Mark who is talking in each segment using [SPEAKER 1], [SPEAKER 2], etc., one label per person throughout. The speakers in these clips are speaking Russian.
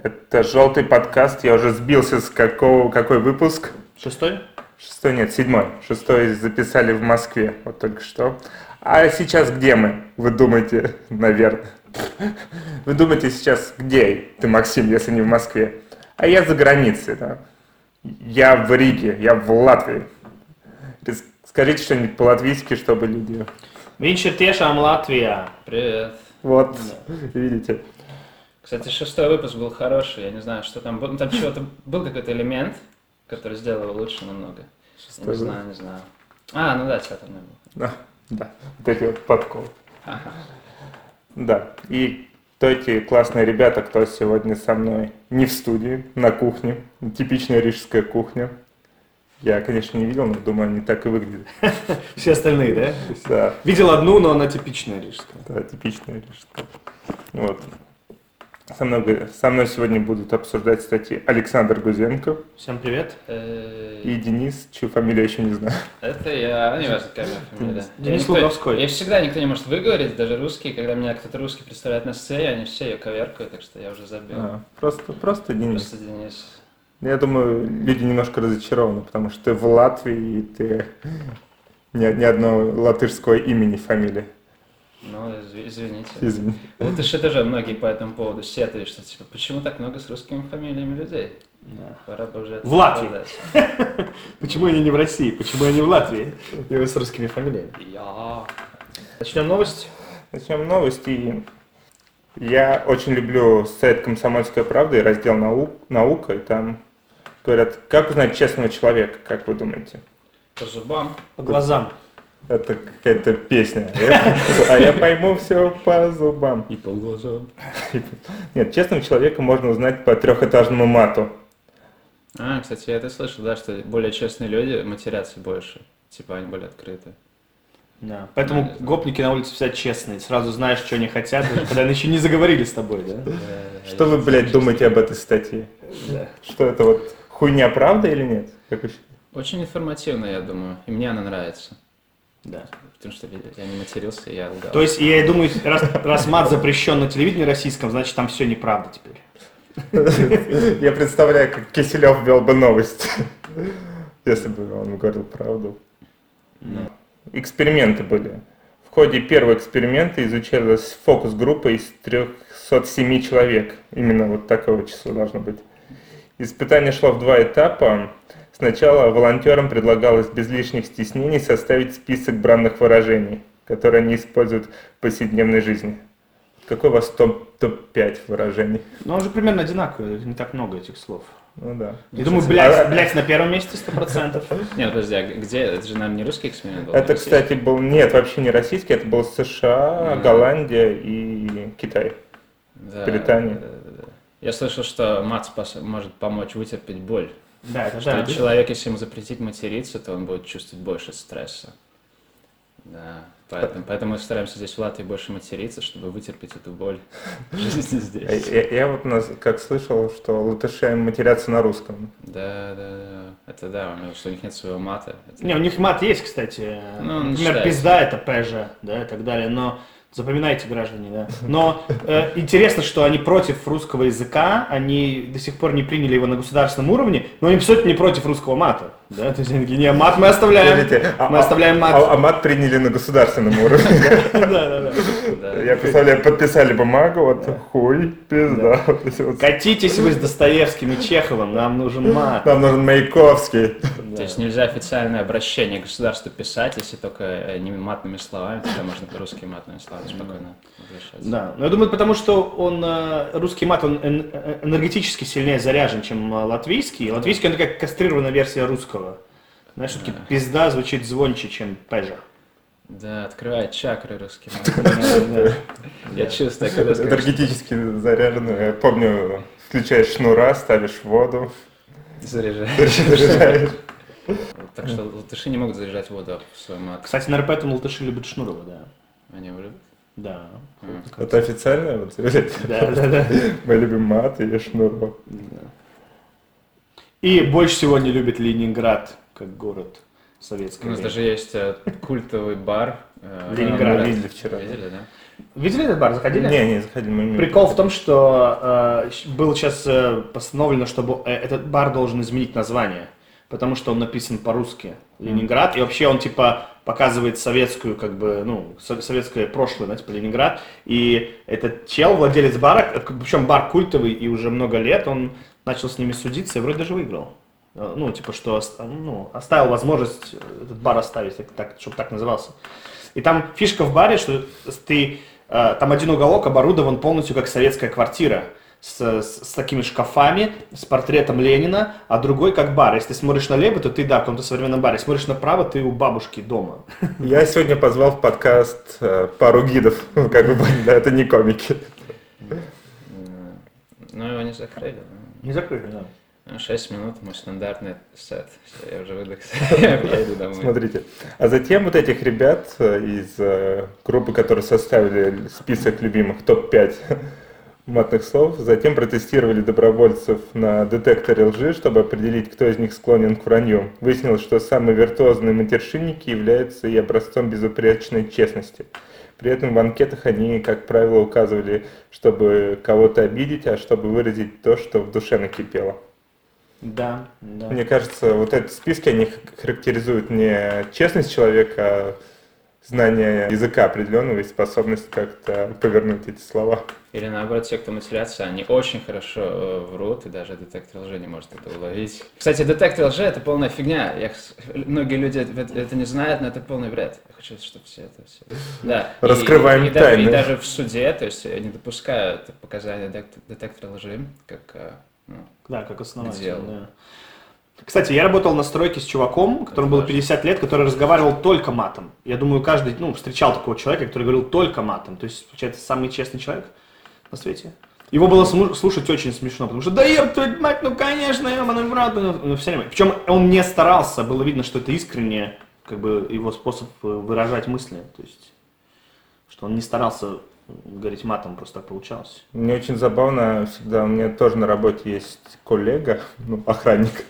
[SPEAKER 1] Это желтый подкаст, я уже сбился с какого, какой выпуск.
[SPEAKER 2] Шестой?
[SPEAKER 1] Шестой, нет, седьмой. Шестой записали в Москве, вот только что. А сейчас где мы? Вы думаете, наверное. Вы думаете сейчас, где ты, Максим, если не в Москве? А я за границей, да. Я в Риге, я в Латвии. Рас- Скажите что-нибудь по-латвийски, чтобы люди...
[SPEAKER 2] Viņš ir tiešām Латвия. Привет.
[SPEAKER 1] Вот, видите.
[SPEAKER 3] Кстати, шестой выпуск был хороший, я не знаю, что там было. Ну, Там чего-то был какой-то элемент, который сделал его лучше намного. Я
[SPEAKER 1] Шестой
[SPEAKER 3] не знаю, не знаю. А, ну да, театрный был.
[SPEAKER 1] Да, да, вот эти вот подколы.
[SPEAKER 3] Ага.
[SPEAKER 1] Да, и то эти классные ребята, кто сегодня со мной не в студии, на кухне, типичная рижская кухня. Я, конечно, не видел, но думаю, они так и выглядят.
[SPEAKER 2] Все остальные, да?
[SPEAKER 1] Да,
[SPEAKER 2] Видел одну, но она типичная рижская.
[SPEAKER 1] да типичная рижская. Вот. Со мной, г- со мной сегодня будут обсуждать статьи Александр Гузенко
[SPEAKER 2] Всем привет.
[SPEAKER 3] Э,
[SPEAKER 1] и Денис, чью фамилию я еще не знаю.
[SPEAKER 3] Это я, ну, не важно, какая у меня фамилия.
[SPEAKER 2] Денис
[SPEAKER 3] Я никто-
[SPEAKER 2] Луговской.
[SPEAKER 3] Я всегда, никто не может выговорить, даже русские, когда меня кто-то русский представляет на сцене, они все ее коверкают, так что я уже забил.
[SPEAKER 1] А, просто, просто Денис.
[SPEAKER 3] Просто Денис.
[SPEAKER 1] Ну, Я думаю, люди немножко разочарованы, потому что ты в Латвии, и ты ни, ни одно латышское имени, фамилии.
[SPEAKER 3] Ну, изв- извините.
[SPEAKER 1] Извини.
[SPEAKER 3] Вот еще тоже многие по этому поводу сетуют, что типа, почему так много с русскими фамилиями людей? Пора бы уже... это
[SPEAKER 2] В Латвии.
[SPEAKER 3] сказать.
[SPEAKER 2] Почему они не в России? Почему они в Латвии? И вы с русскими фамилиями.
[SPEAKER 3] Я...
[SPEAKER 2] Начнем новость.
[SPEAKER 1] Начнем новости. Я очень люблю сайт «Комсомольская правда» и раздел «Нау- «Наука», и там говорят, как узнать честного человека, как вы думаете?
[SPEAKER 3] По зубам.
[SPEAKER 2] По глазам.
[SPEAKER 1] Это какая-то песня. А я пойму все по зубам.
[SPEAKER 3] И по глазам.
[SPEAKER 1] Нет, честного человека можно узнать по трехэтажному мату.
[SPEAKER 3] А, кстати, я это слышал, да, что более честные люди матерятся больше. Типа они более открыты.
[SPEAKER 2] Да. Поэтому гопники на улице всегда честные. Сразу знаешь, что они хотят, даже когда они еще не заговорили с тобой, да?
[SPEAKER 3] А
[SPEAKER 1] Что вы, блядь, думаете об этой статье?
[SPEAKER 2] Да.
[SPEAKER 1] Что это вот хуйня правда или нет? Как вы считаете?
[SPEAKER 3] Очень информативно, я думаю. И мне она нравится.
[SPEAKER 2] Да.
[SPEAKER 3] Потому что я не матерился, я лгал.
[SPEAKER 2] То есть, я и думаю, раз, раз мат запрещен на телевидении российском, значит, там все неправда теперь.
[SPEAKER 1] Я представляю, как Киселев вел бы новость, если бы он говорил правду. Эксперименты были. В ходе первого эксперимента изучалась фокус-группа из 307 человек. Именно вот такого числа должно быть. Испытание шло в два этапа. Сначала волонтерам предлагалось без лишних стеснений составить список бранных выражений, которые они используют в повседневной жизни. Какой у вас топ- топ-5 выражений?
[SPEAKER 2] Но уже примерно одинаково, не так много этих слов.
[SPEAKER 1] Ну да.
[SPEAKER 2] Я думаю,
[SPEAKER 1] Кстати, а-
[SPEAKER 2] блядь, блядь, на первом месте 100%.
[SPEAKER 3] Нет, подожди, а где? Это же нам не русский эксперимент был.
[SPEAKER 1] Это,
[SPEAKER 3] а российский.
[SPEAKER 1] кстати, был... Нет, вообще не российский, это был США,
[SPEAKER 3] Мгм.
[SPEAKER 1] Голландия и Китай.
[SPEAKER 3] Да,
[SPEAKER 1] Британия.
[SPEAKER 3] да, да, да. Я слышал, что мат спас- может помочь вытерпеть боль.
[SPEAKER 2] Да, это
[SPEAKER 3] Что
[SPEAKER 2] да.
[SPEAKER 3] человек, если ему запретить материться, то он будет чувствовать больше стресса. Да, поэтому, поэтому мы стараемся здесь в Латвии больше материться, чтобы вытерпеть эту боль жизни
[SPEAKER 1] Я,
[SPEAKER 3] здесь.
[SPEAKER 1] я- я вот нас- как слышал, что латыши матерятся на русском.
[SPEAKER 3] Да, да, да. Это да, у него- что у них нет своего мата. Это-
[SPEAKER 2] Не, у них мат есть, кстати.
[SPEAKER 3] Ну, он
[SPEAKER 2] Например,
[SPEAKER 3] считается.
[SPEAKER 2] пизда это пежа, да, и так далее, но запоминайте, граждане, да. Но э, интересно, что они против русского языка, они до сих пор не приняли его на государственном уровне, но они, в сути, не против русского мата, да, то есть они такие, не, мат мы оставляем,
[SPEAKER 1] Подождите, а-
[SPEAKER 2] мы
[SPEAKER 1] а-
[SPEAKER 2] оставляем
[SPEAKER 1] А,
[SPEAKER 2] мат.
[SPEAKER 1] а мат приняли на государственном уровне.
[SPEAKER 2] Да-да-да.
[SPEAKER 3] да.
[SPEAKER 1] Я представляю, подписали бумагу, вот хуй, пизда. вот эти вот.
[SPEAKER 2] Катитесь вы с Достоевским и Чеховым, нам нужен мат.
[SPEAKER 1] Нам нужен Маяковский.
[SPEAKER 3] То есть нельзя официальное обращение к государству писать, если только э, не матными словами, тогда можно русскими матными словами спокойно обращаться.
[SPEAKER 2] Да, но я думаю, потому что он э, русский мат, он эн- э, энергетически сильнее заряжен, чем э, латвийский. И Латвийский он такая кастрированная версия русского. Знаешь, все-таки пизда звучит звонче, чем пежа.
[SPEAKER 3] Да, открывает чакры русским. матом. Я чувствую, когда скажешь,
[SPEAKER 1] Энергетически заряженный. Я помню, включаешь шнура, ставишь воду.
[SPEAKER 3] заряжает.
[SPEAKER 1] заряжаешь.
[SPEAKER 3] Так что латыши не могут заряжать воду в свой мат.
[SPEAKER 2] Кстати, на РП там латыши любят Шнурова, да.
[SPEAKER 3] Они влюблены.
[SPEAKER 2] Да.
[SPEAKER 3] Мгм.
[SPEAKER 1] Это официально? вот,
[SPEAKER 2] Да, да, да.
[SPEAKER 1] Мы любим мат и шнурок.
[SPEAKER 2] И больше всего не любят Ленинград, как город
[SPEAKER 3] У
[SPEAKER 2] советский.
[SPEAKER 3] нас даже есть э, культовый бар. э,
[SPEAKER 2] Ленинград.
[SPEAKER 1] Мы видели вчера, да.
[SPEAKER 3] Видели, да?
[SPEAKER 2] Видели этот бар? Заходили?
[SPEAKER 1] Не, не, заходили. мы не-
[SPEAKER 2] Прикол в том, что э, щ- было сейчас э, постановлено, чтобы э, этот бар должен изменить название, потому что он написан по-русски Ленинград, и вообще он типа показывает советскую, как бы, ну, со- советское прошлое, да, типа Ленинград. И этот чел, владелец бара, причем бар культовый и уже много лет, он начал с ними судиться и вроде даже выиграл. Э, Ну, типа, что ост- ну, оставил возможность э, этот бар оставить, так, так, чтобы так назывался. И там фишка в баре, что ты э, там один уголок оборудован полностью как советская квартира. С, с- с такими шкафами, с портретом Ленина, а другой как бар. Если ты смотришь налево, то ты, да, в каком-то современном баре. Смотришь направо, ты у бабушки дома.
[SPEAKER 1] Я сегодня позвал в подкаст э, пару гидов, Ну, как вы поняли, да, это не комики.
[SPEAKER 3] М, Ну, его не закрыли. ну.
[SPEAKER 2] Не закрыли, да.
[SPEAKER 3] Ну, 6 минут, мой стандартный сет. Всё, я уже выдохся, я иду домой.
[SPEAKER 1] Смотрите. А затем вот этих ребят э, из э, группы, которые составили список любимых топ-5 матных слов, затем протестировали добровольцев на детекторе лжи, чтобы определить, кто из них склонен к вранью. Выяснилось, что самые виртуозные матершинники являются и образцом безупречной честности. При этом в анкетах они, как правило, указывали, чтобы кого-то обидеть, а чтобы выразить то, что в душе накипело.
[SPEAKER 2] Да, да.
[SPEAKER 1] Мне кажется, вот этот список, они х- характеризуют не честность человека, а знание языка определенного и способность как-то повернуть эти слова.
[SPEAKER 3] Или наоборот, те, кто матерятся, они очень хорошо э, врут, и даже детектор лжи не может это уловить. Кстати, детектор лжи — это полная фигня. Я х- многие люди это это не знают, но это полный бред. Я хочу, чтобы все это... Все... Да. и-
[SPEAKER 1] Раскрываем
[SPEAKER 3] и, даже-
[SPEAKER 1] тайны.
[SPEAKER 3] и даже в суде, то есть э, не допускают показания детек- детектора лжи, как... э, ну,
[SPEAKER 2] Да, как основатель.
[SPEAKER 3] Дело.
[SPEAKER 2] да. Кстати, я работал на стройке с чуваком, которому было
[SPEAKER 3] важно.
[SPEAKER 2] 50 лет, который разговаривал только матом. Я думаю, каждый, ну, встречал такого человека, который говорил только матом. То есть, получается, самый честный человек на свете. Его было сму- слушать очень смешно, потому что да ёб твою мать, ну конечно, я брат, ну, ну, всё время. Причем он не старался, было видно, что это искренне, как бы его способ э, выражать мысли, то есть, что он не старался говорить матом, просто так получалось.
[SPEAKER 1] Мне очень забавно всегда, у меня тоже на работе есть коллега, ну, охранник,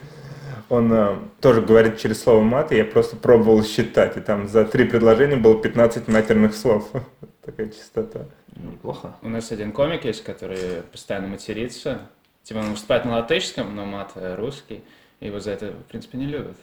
[SPEAKER 1] он э, тоже говорит через слово мат, и я просто пробовал считать, и там за три предложения было 15 матерных слов. Такая чистота.
[SPEAKER 2] Неплохо.
[SPEAKER 3] У нас один комик есть, который постоянно матерится. Типа он выступает на латышском, но мат э, русский. И его за это, в принципе, не любят.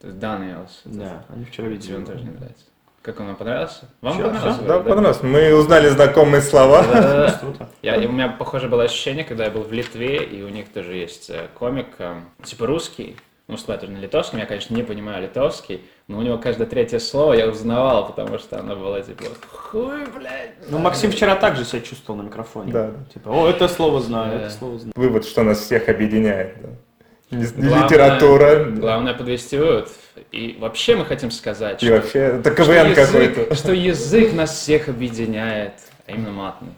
[SPEAKER 3] То есть Даниэлс. этот,
[SPEAKER 2] Да, они вчера
[SPEAKER 3] Тебе
[SPEAKER 2] видели.
[SPEAKER 3] он тоже не нравится. Как он, вам понравился? Вам
[SPEAKER 2] Чё,
[SPEAKER 3] понравился?
[SPEAKER 1] Да,
[SPEAKER 3] вроде,
[SPEAKER 1] понравилось. Мы узнали знакомые слова.
[SPEAKER 3] Да-да-да.
[SPEAKER 2] Круто.
[SPEAKER 3] Я, и у меня, похоже, было ощущение, когда я был в Литве, и у них тоже есть э, комик, э, типа русский, ну, выступает тоже на литовском, я, конечно, не понимаю литовский, но у него каждое третье слово я узнавал, потому что оно было типа «Хуй, блядь!»
[SPEAKER 2] Ну, Максим вчера также себя чувствовал на микрофоне.
[SPEAKER 1] Да.
[SPEAKER 2] Типа, о, это слово знаю,
[SPEAKER 3] Да.
[SPEAKER 2] это слово знаю.
[SPEAKER 1] Вывод, что нас всех объединяет. да. Не- не
[SPEAKER 3] Главное-
[SPEAKER 1] литература. да.
[SPEAKER 3] Главное подвести вывод. И вообще мы хотим сказать,
[SPEAKER 1] И
[SPEAKER 3] что,
[SPEAKER 1] вообще, это
[SPEAKER 3] что
[SPEAKER 1] КВН
[SPEAKER 3] язык,
[SPEAKER 1] какой-то.
[SPEAKER 3] что язык нас всех объединяет, а именно матный.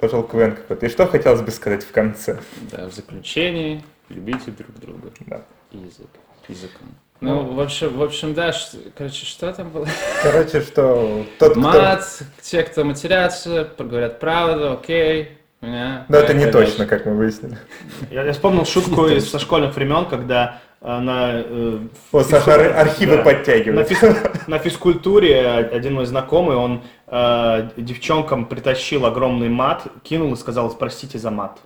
[SPEAKER 1] Пошел КВН какой-то. И что хотелось бы сказать в конце?
[SPEAKER 3] Да, в заключении любите друг друга
[SPEAKER 1] Да.
[SPEAKER 3] и язык, языком. Ну, в общем, в общем, да, ш- короче, что там было?
[SPEAKER 1] Короче, что тот, кто...
[SPEAKER 3] Мат, те, кто матерятся, п- говорят правду, окей. У меня
[SPEAKER 1] Но Ну, это не
[SPEAKER 3] Давай
[SPEAKER 1] точно,
[SPEAKER 3] дальше.
[SPEAKER 1] как мы выяснили.
[SPEAKER 2] Я, я вспомнил шутку из со школьных времен, когда э, на... э,
[SPEAKER 1] Вот
[SPEAKER 2] физкультуре-
[SPEAKER 1] Саша ар- архивы
[SPEAKER 2] да. На,
[SPEAKER 1] подтягивает.
[SPEAKER 2] физ- на физкультуре один мой знакомый, он э, девчонкам притащил огромный мат, кинул и сказал, простите за мат.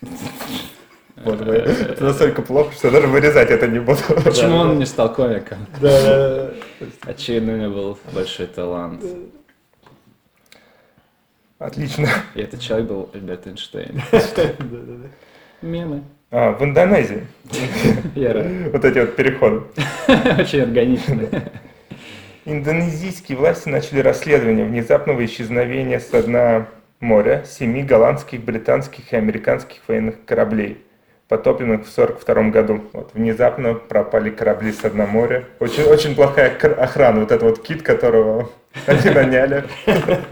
[SPEAKER 1] Вот, мы- Это настолько плохо, что даже вырезать это не буду.
[SPEAKER 3] Почему он не стал комиком?
[SPEAKER 1] Да.
[SPEAKER 3] Очевидно, у него был большой талант.
[SPEAKER 1] Отлично.
[SPEAKER 3] И этот человек был Альберт Эйнштейн.
[SPEAKER 2] Да-да-да.
[SPEAKER 3] Мемы.
[SPEAKER 1] А, в Индонезии
[SPEAKER 3] Я рад.
[SPEAKER 1] вот эти вот переходы.
[SPEAKER 3] Очень органичные.
[SPEAKER 1] Индонезийские власти начали расследование внезапного исчезновения со дна моря семи голландских, британских и американских военных кораблей, потопленных в 1942 году. Вот, внезапно пропали корабли со дна моря. Очень, очень плохая кр- охрана, вот этот вот кит, которого они наняли.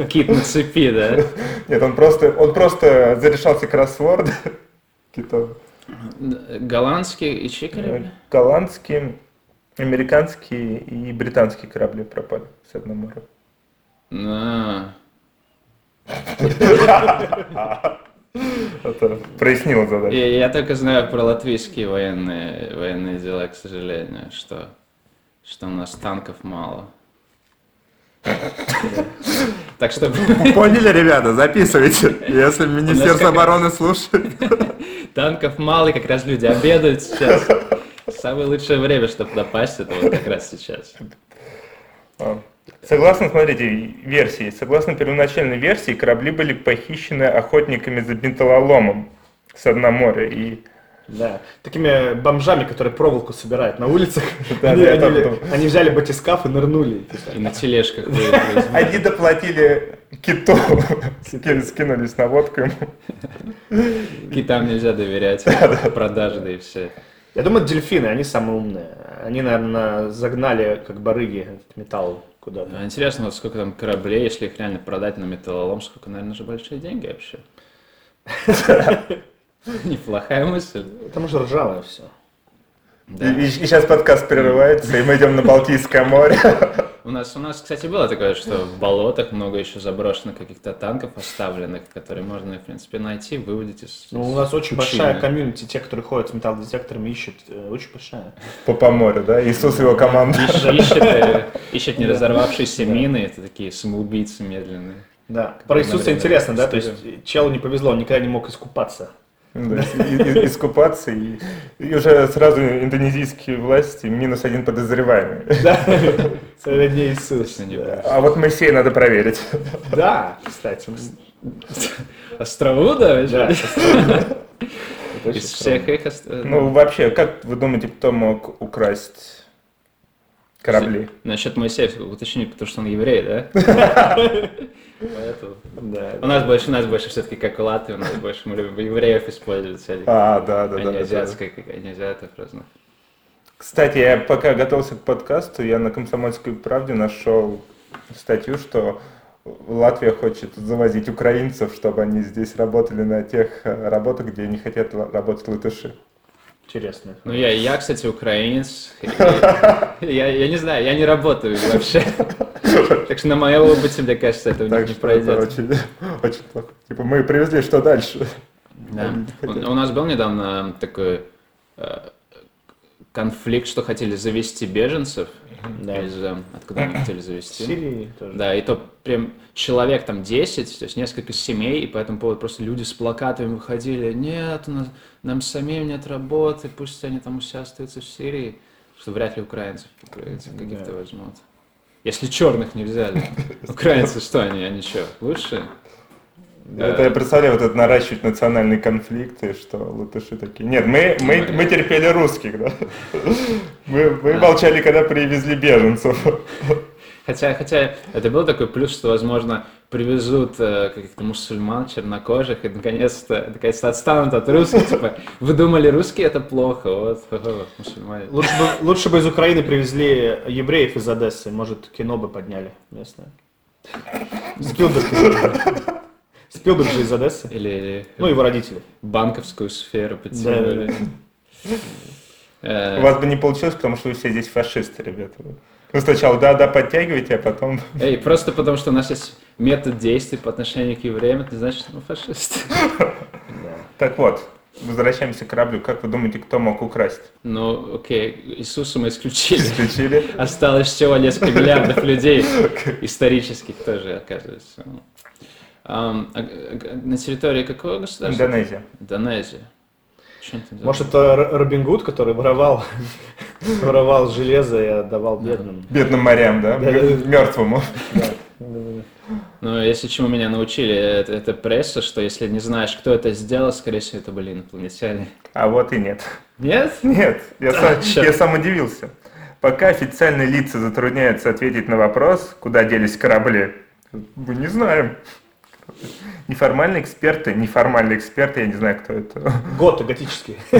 [SPEAKER 3] Кит на цепи, да?
[SPEAKER 1] Нет, он просто, он просто зарешался кроссворд китом.
[SPEAKER 3] Голландский и чьи корабли?
[SPEAKER 1] Голландские, американские и британские корабли пропали с одного моря.
[SPEAKER 3] На.
[SPEAKER 1] Это прояснило задачу.
[SPEAKER 3] Я, я только знаю про латвийские военные, военные дела, к сожалению, что, что у нас танков мало. Так что
[SPEAKER 4] Поняли, ребята, записывайте. Если Министерство
[SPEAKER 3] как раз-
[SPEAKER 4] обороны слушает.
[SPEAKER 3] танков мало, и как раз люди обедают сейчас. Самое лучшее время, чтобы напасть, это вот как раз сейчас.
[SPEAKER 1] А. Согласно, смотрите, версии. Согласно первоначальной версии, корабли были похищены охотниками за металлоломом с дна моря. И
[SPEAKER 2] Да, такими бомжами, которые проволоку собирают на улицах.
[SPEAKER 1] Да,
[SPEAKER 2] Они
[SPEAKER 1] да, я тоже
[SPEAKER 2] они-
[SPEAKER 1] думал.
[SPEAKER 2] они взяли батискаф и нырнули.
[SPEAKER 3] И на тележках выехали из моря.
[SPEAKER 1] они доплатили киту, Ски- скинулись на водку ему.
[SPEAKER 3] Китам нельзя доверять, продажи, да и все.
[SPEAKER 2] Я думаю, дельфины, они самые умные. Они, наверное, загнали, как барыги, этот металл куда-то.
[SPEAKER 3] А Интересно, вот сколько там кораблей, если их реально продать на металлолом, сколько, наверное, же большие деньги вообще. Неплохая мысль.
[SPEAKER 2] Там же ржавое все.
[SPEAKER 3] Да.
[SPEAKER 1] И, сейчас подкаст прерывается, и мы идем на Балтийское море.
[SPEAKER 3] У нас, у нас, кстати, было такое, что в болотах много еще заброшенных каких-то танков оставленных, которые можно, в принципе, найти, выводить из...
[SPEAKER 2] Ну, у нас очень
[SPEAKER 3] из
[SPEAKER 2] большая
[SPEAKER 3] кучи.
[SPEAKER 2] комьюнити, те, которые ходят с металлодетекторами, ищут. э, Очень большая.
[SPEAKER 1] По, по морю, да? Иисус и его команда.
[SPEAKER 3] Ищет, ищет, э, ищет не разорвавшиеся мины, это такие самоубийцы медленные.
[SPEAKER 2] Да. Про Иисуса
[SPEAKER 3] Наверное,
[SPEAKER 2] интересно, да? То
[SPEAKER 3] история.
[SPEAKER 2] есть э, челу не повезло, он никогда не мог искупаться.
[SPEAKER 1] Ну, да, и- и- Искупаться. И, и уже сразу индонезийские власти минус один подозреваемый.
[SPEAKER 2] Да. Это не Иисус.
[SPEAKER 3] Точно не
[SPEAKER 2] да.
[SPEAKER 3] будет.
[SPEAKER 1] А вот Моисея надо проверить.
[SPEAKER 2] Да, кстати.
[SPEAKER 3] Острову, да?
[SPEAKER 2] Да.
[SPEAKER 3] Из
[SPEAKER 2] Это очень
[SPEAKER 3] всех их... ост- э,
[SPEAKER 1] Ну, вообще, как вы думаете, кто мог украсть корабли?
[SPEAKER 3] Насчет Моисея уточни, потому что он еврей, да? Поэтому.
[SPEAKER 2] странно.
[SPEAKER 3] У нас больше, у нас больше все-таки как у Латвии, у нас больше мы любим евреев использовать, всяких, а
[SPEAKER 1] А, да, да, да,
[SPEAKER 3] не
[SPEAKER 1] да, да.
[SPEAKER 3] азиатской, как- а не азиатов разных.
[SPEAKER 1] Кстати, я пока готовился к подкасту, я на «Комсомольской правде» нашел статью, что Латвия хочет завозить украинцев, чтобы они здесь работали на тех э, работах, где не хотят ла- работать латыши.
[SPEAKER 2] Интересно.
[SPEAKER 3] Ну я, я, кстати, украинец. и- Я, я не знаю, я не работаю вообще. Так что на моем опыте, мне кажется, это у них
[SPEAKER 1] Так
[SPEAKER 3] не
[SPEAKER 1] что это
[SPEAKER 3] пройдет.
[SPEAKER 1] очень, очень плохо. Типа, мы привезли, что дальше?
[SPEAKER 3] Да. У, у нас был недавно такой э, конфликт, что хотели завести беженцев. Из, э, откуда они хотели
[SPEAKER 2] В
[SPEAKER 3] завести?
[SPEAKER 2] Сирии тоже.
[SPEAKER 3] Да, и то прям человек там 10, то есть несколько семей, и по этому поводу просто люди с плакатами выходили, нет, у нас- нам самим нет работы, пусть они там у себя остаются в Сирии, что вряд ли украинцев, украинцев
[SPEAKER 2] Да.
[SPEAKER 3] каких-то возьмут. Если черных не взяли, украинцы что они, они что, лучше?
[SPEAKER 1] Это я представляю, вот это наращивать национальные конфликты, что латыши такие. Нет, мы, мы, мы терпели русских, да. Мы, мы молчали, когда привезли беженцев.
[SPEAKER 3] Хотя, хотя это был такой плюс, что, возможно, привезут э, каких-то мусульман, чернокожих, и наконец-то, наконец-то отстанут от русских. Типа, вы думали, русские это плохо, вот, ха-ха, мусульмане.
[SPEAKER 2] Лучше бы, лучше бы из Украины привезли евреев из Одессы. Может, кино бы подняли местное. Спилберг. из Одессы. Спилберг же из Одессы.
[SPEAKER 3] Или
[SPEAKER 2] Ну, его родители.
[SPEAKER 3] банковскую сферу подтянули.
[SPEAKER 1] У
[SPEAKER 3] Э,
[SPEAKER 1] вас бы не получилось, потому что вы все здесь фашисты, ребята. Вы сначала да-да подтягиваете, а потом...
[SPEAKER 3] Эй, просто потому что у нас есть метод действий по отношению к евреям, это не значит, что мы фашисты.
[SPEAKER 1] Так вот, возвращаемся к кораблю. Как вы думаете, кто мог украсть?
[SPEAKER 3] Ну, окей, Иисуса мы исключили.
[SPEAKER 1] Исключили?
[SPEAKER 3] Осталось всего несколько миллиардов людей, исторических тоже, оказывается. Ам, а- а- на территории какого государства?
[SPEAKER 1] Индонезия.
[SPEAKER 3] Индонезия. Чё он там делал?
[SPEAKER 2] Может, это Р- Робин Гуд, который воровал, воровал железо и отдавал бедным.
[SPEAKER 1] Бедным морям, да?
[SPEAKER 2] Да-да-да.
[SPEAKER 1] Мертвому.
[SPEAKER 3] Ну, если чему меня научили, э, это, это пресса, что если не знаешь, кто это сделал, скорее всего, это были инопланетяне.
[SPEAKER 1] А вот и нет.
[SPEAKER 3] Нет?
[SPEAKER 1] Нет, я сам,
[SPEAKER 3] чёрт.
[SPEAKER 1] я сам удивился. Пока официальные лица затрудняются ответить на вопрос, куда делись корабли, мы не знаем. Неформальные эксперты, неформальные эксперты, я не знаю, кто это.
[SPEAKER 2] Готы готические.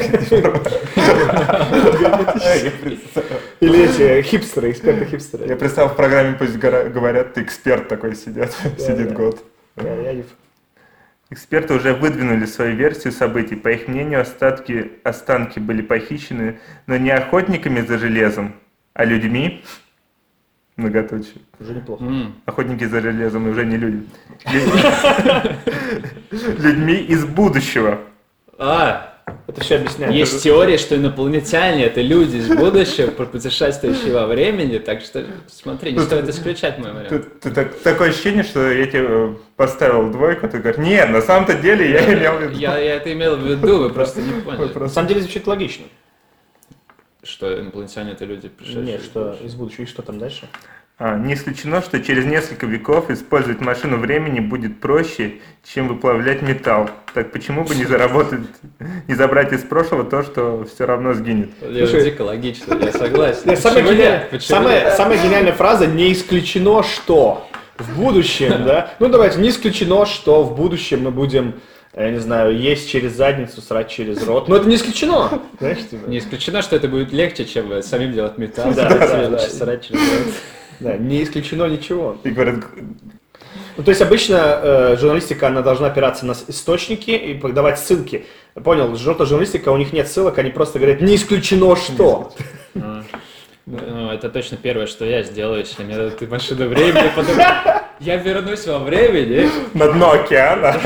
[SPEAKER 2] Или эти хипстеры,
[SPEAKER 1] Я
[SPEAKER 2] эксперты-хипстеры.
[SPEAKER 1] представил в программе, пусть гора- говорят, ты эксперт такой сидят, сидит
[SPEAKER 2] да.
[SPEAKER 1] год.
[SPEAKER 2] Да, я не-
[SPEAKER 1] Эксперты уже выдвинули свою версию событий. По их мнению, остатки, останки были похищены, но не охотниками за железом, а людьми. Многоточие.
[SPEAKER 2] Уже неплохо.
[SPEAKER 3] М,
[SPEAKER 1] Охотники за железом и уже не люди. Лю- Людьми из будущего.
[SPEAKER 3] А,
[SPEAKER 2] Это все объясняет.
[SPEAKER 3] Есть теория, что инопланетяне это люди из будущего, путешествующие во времени, так что смотри, не
[SPEAKER 1] Тут-
[SPEAKER 3] стоит исключать мой
[SPEAKER 1] Ты,
[SPEAKER 3] вариант.
[SPEAKER 1] ты так- такое ощущение, что я тебе э, поставил двойку, ты говоришь, нет, на самом-то деле я имел в виду.
[SPEAKER 3] Я, я это имел в виду, вы просто не
[SPEAKER 1] Ой,
[SPEAKER 3] поняли,
[SPEAKER 2] На
[SPEAKER 1] просто-
[SPEAKER 2] самом деле звучит логично.
[SPEAKER 3] что инопланетяне это люди, пришедшие.
[SPEAKER 2] Нет,
[SPEAKER 3] из
[SPEAKER 2] что
[SPEAKER 3] будущего.
[SPEAKER 2] из будущего, и что там дальше?
[SPEAKER 1] А, не исключено, что через несколько веков использовать машину времени будет проще, чем выплавлять металл. Так почему бы не заработать, не забрать из прошлого то, что все равно сгинет?
[SPEAKER 3] Я
[SPEAKER 2] Слушай,
[SPEAKER 3] дико логично, я согласен.
[SPEAKER 2] Нет, самая,
[SPEAKER 3] Почему
[SPEAKER 2] гениальная,
[SPEAKER 3] нет? Почему
[SPEAKER 2] самая-
[SPEAKER 3] нет?
[SPEAKER 2] самая гениальная фраза «не исключено, что в будущем», да? Ну, давайте, не исключено, что в будущем мы будем, я не знаю, есть через задницу, срать через рот. Но это не исключено, знаешь, типа.
[SPEAKER 3] Не исключено, что это будет легче, чем э, самим делать металл.
[SPEAKER 2] Да,
[SPEAKER 3] Срать,
[SPEAKER 2] да, да.
[SPEAKER 3] срать через рот.
[SPEAKER 2] Да, не исключено ничего.
[SPEAKER 1] И говорят,
[SPEAKER 2] Ну, то есть обычно э, журналистика, она должна опираться на с- источники и давать ссылки. Понял, желтая журналистика, у них нет ссылок, они просто говорят «не исключено, что».
[SPEAKER 3] Ну, ну, это точно первое, что я сделаю, если мне дадут машину времени, потом я вернусь во времени,
[SPEAKER 1] на дно океана.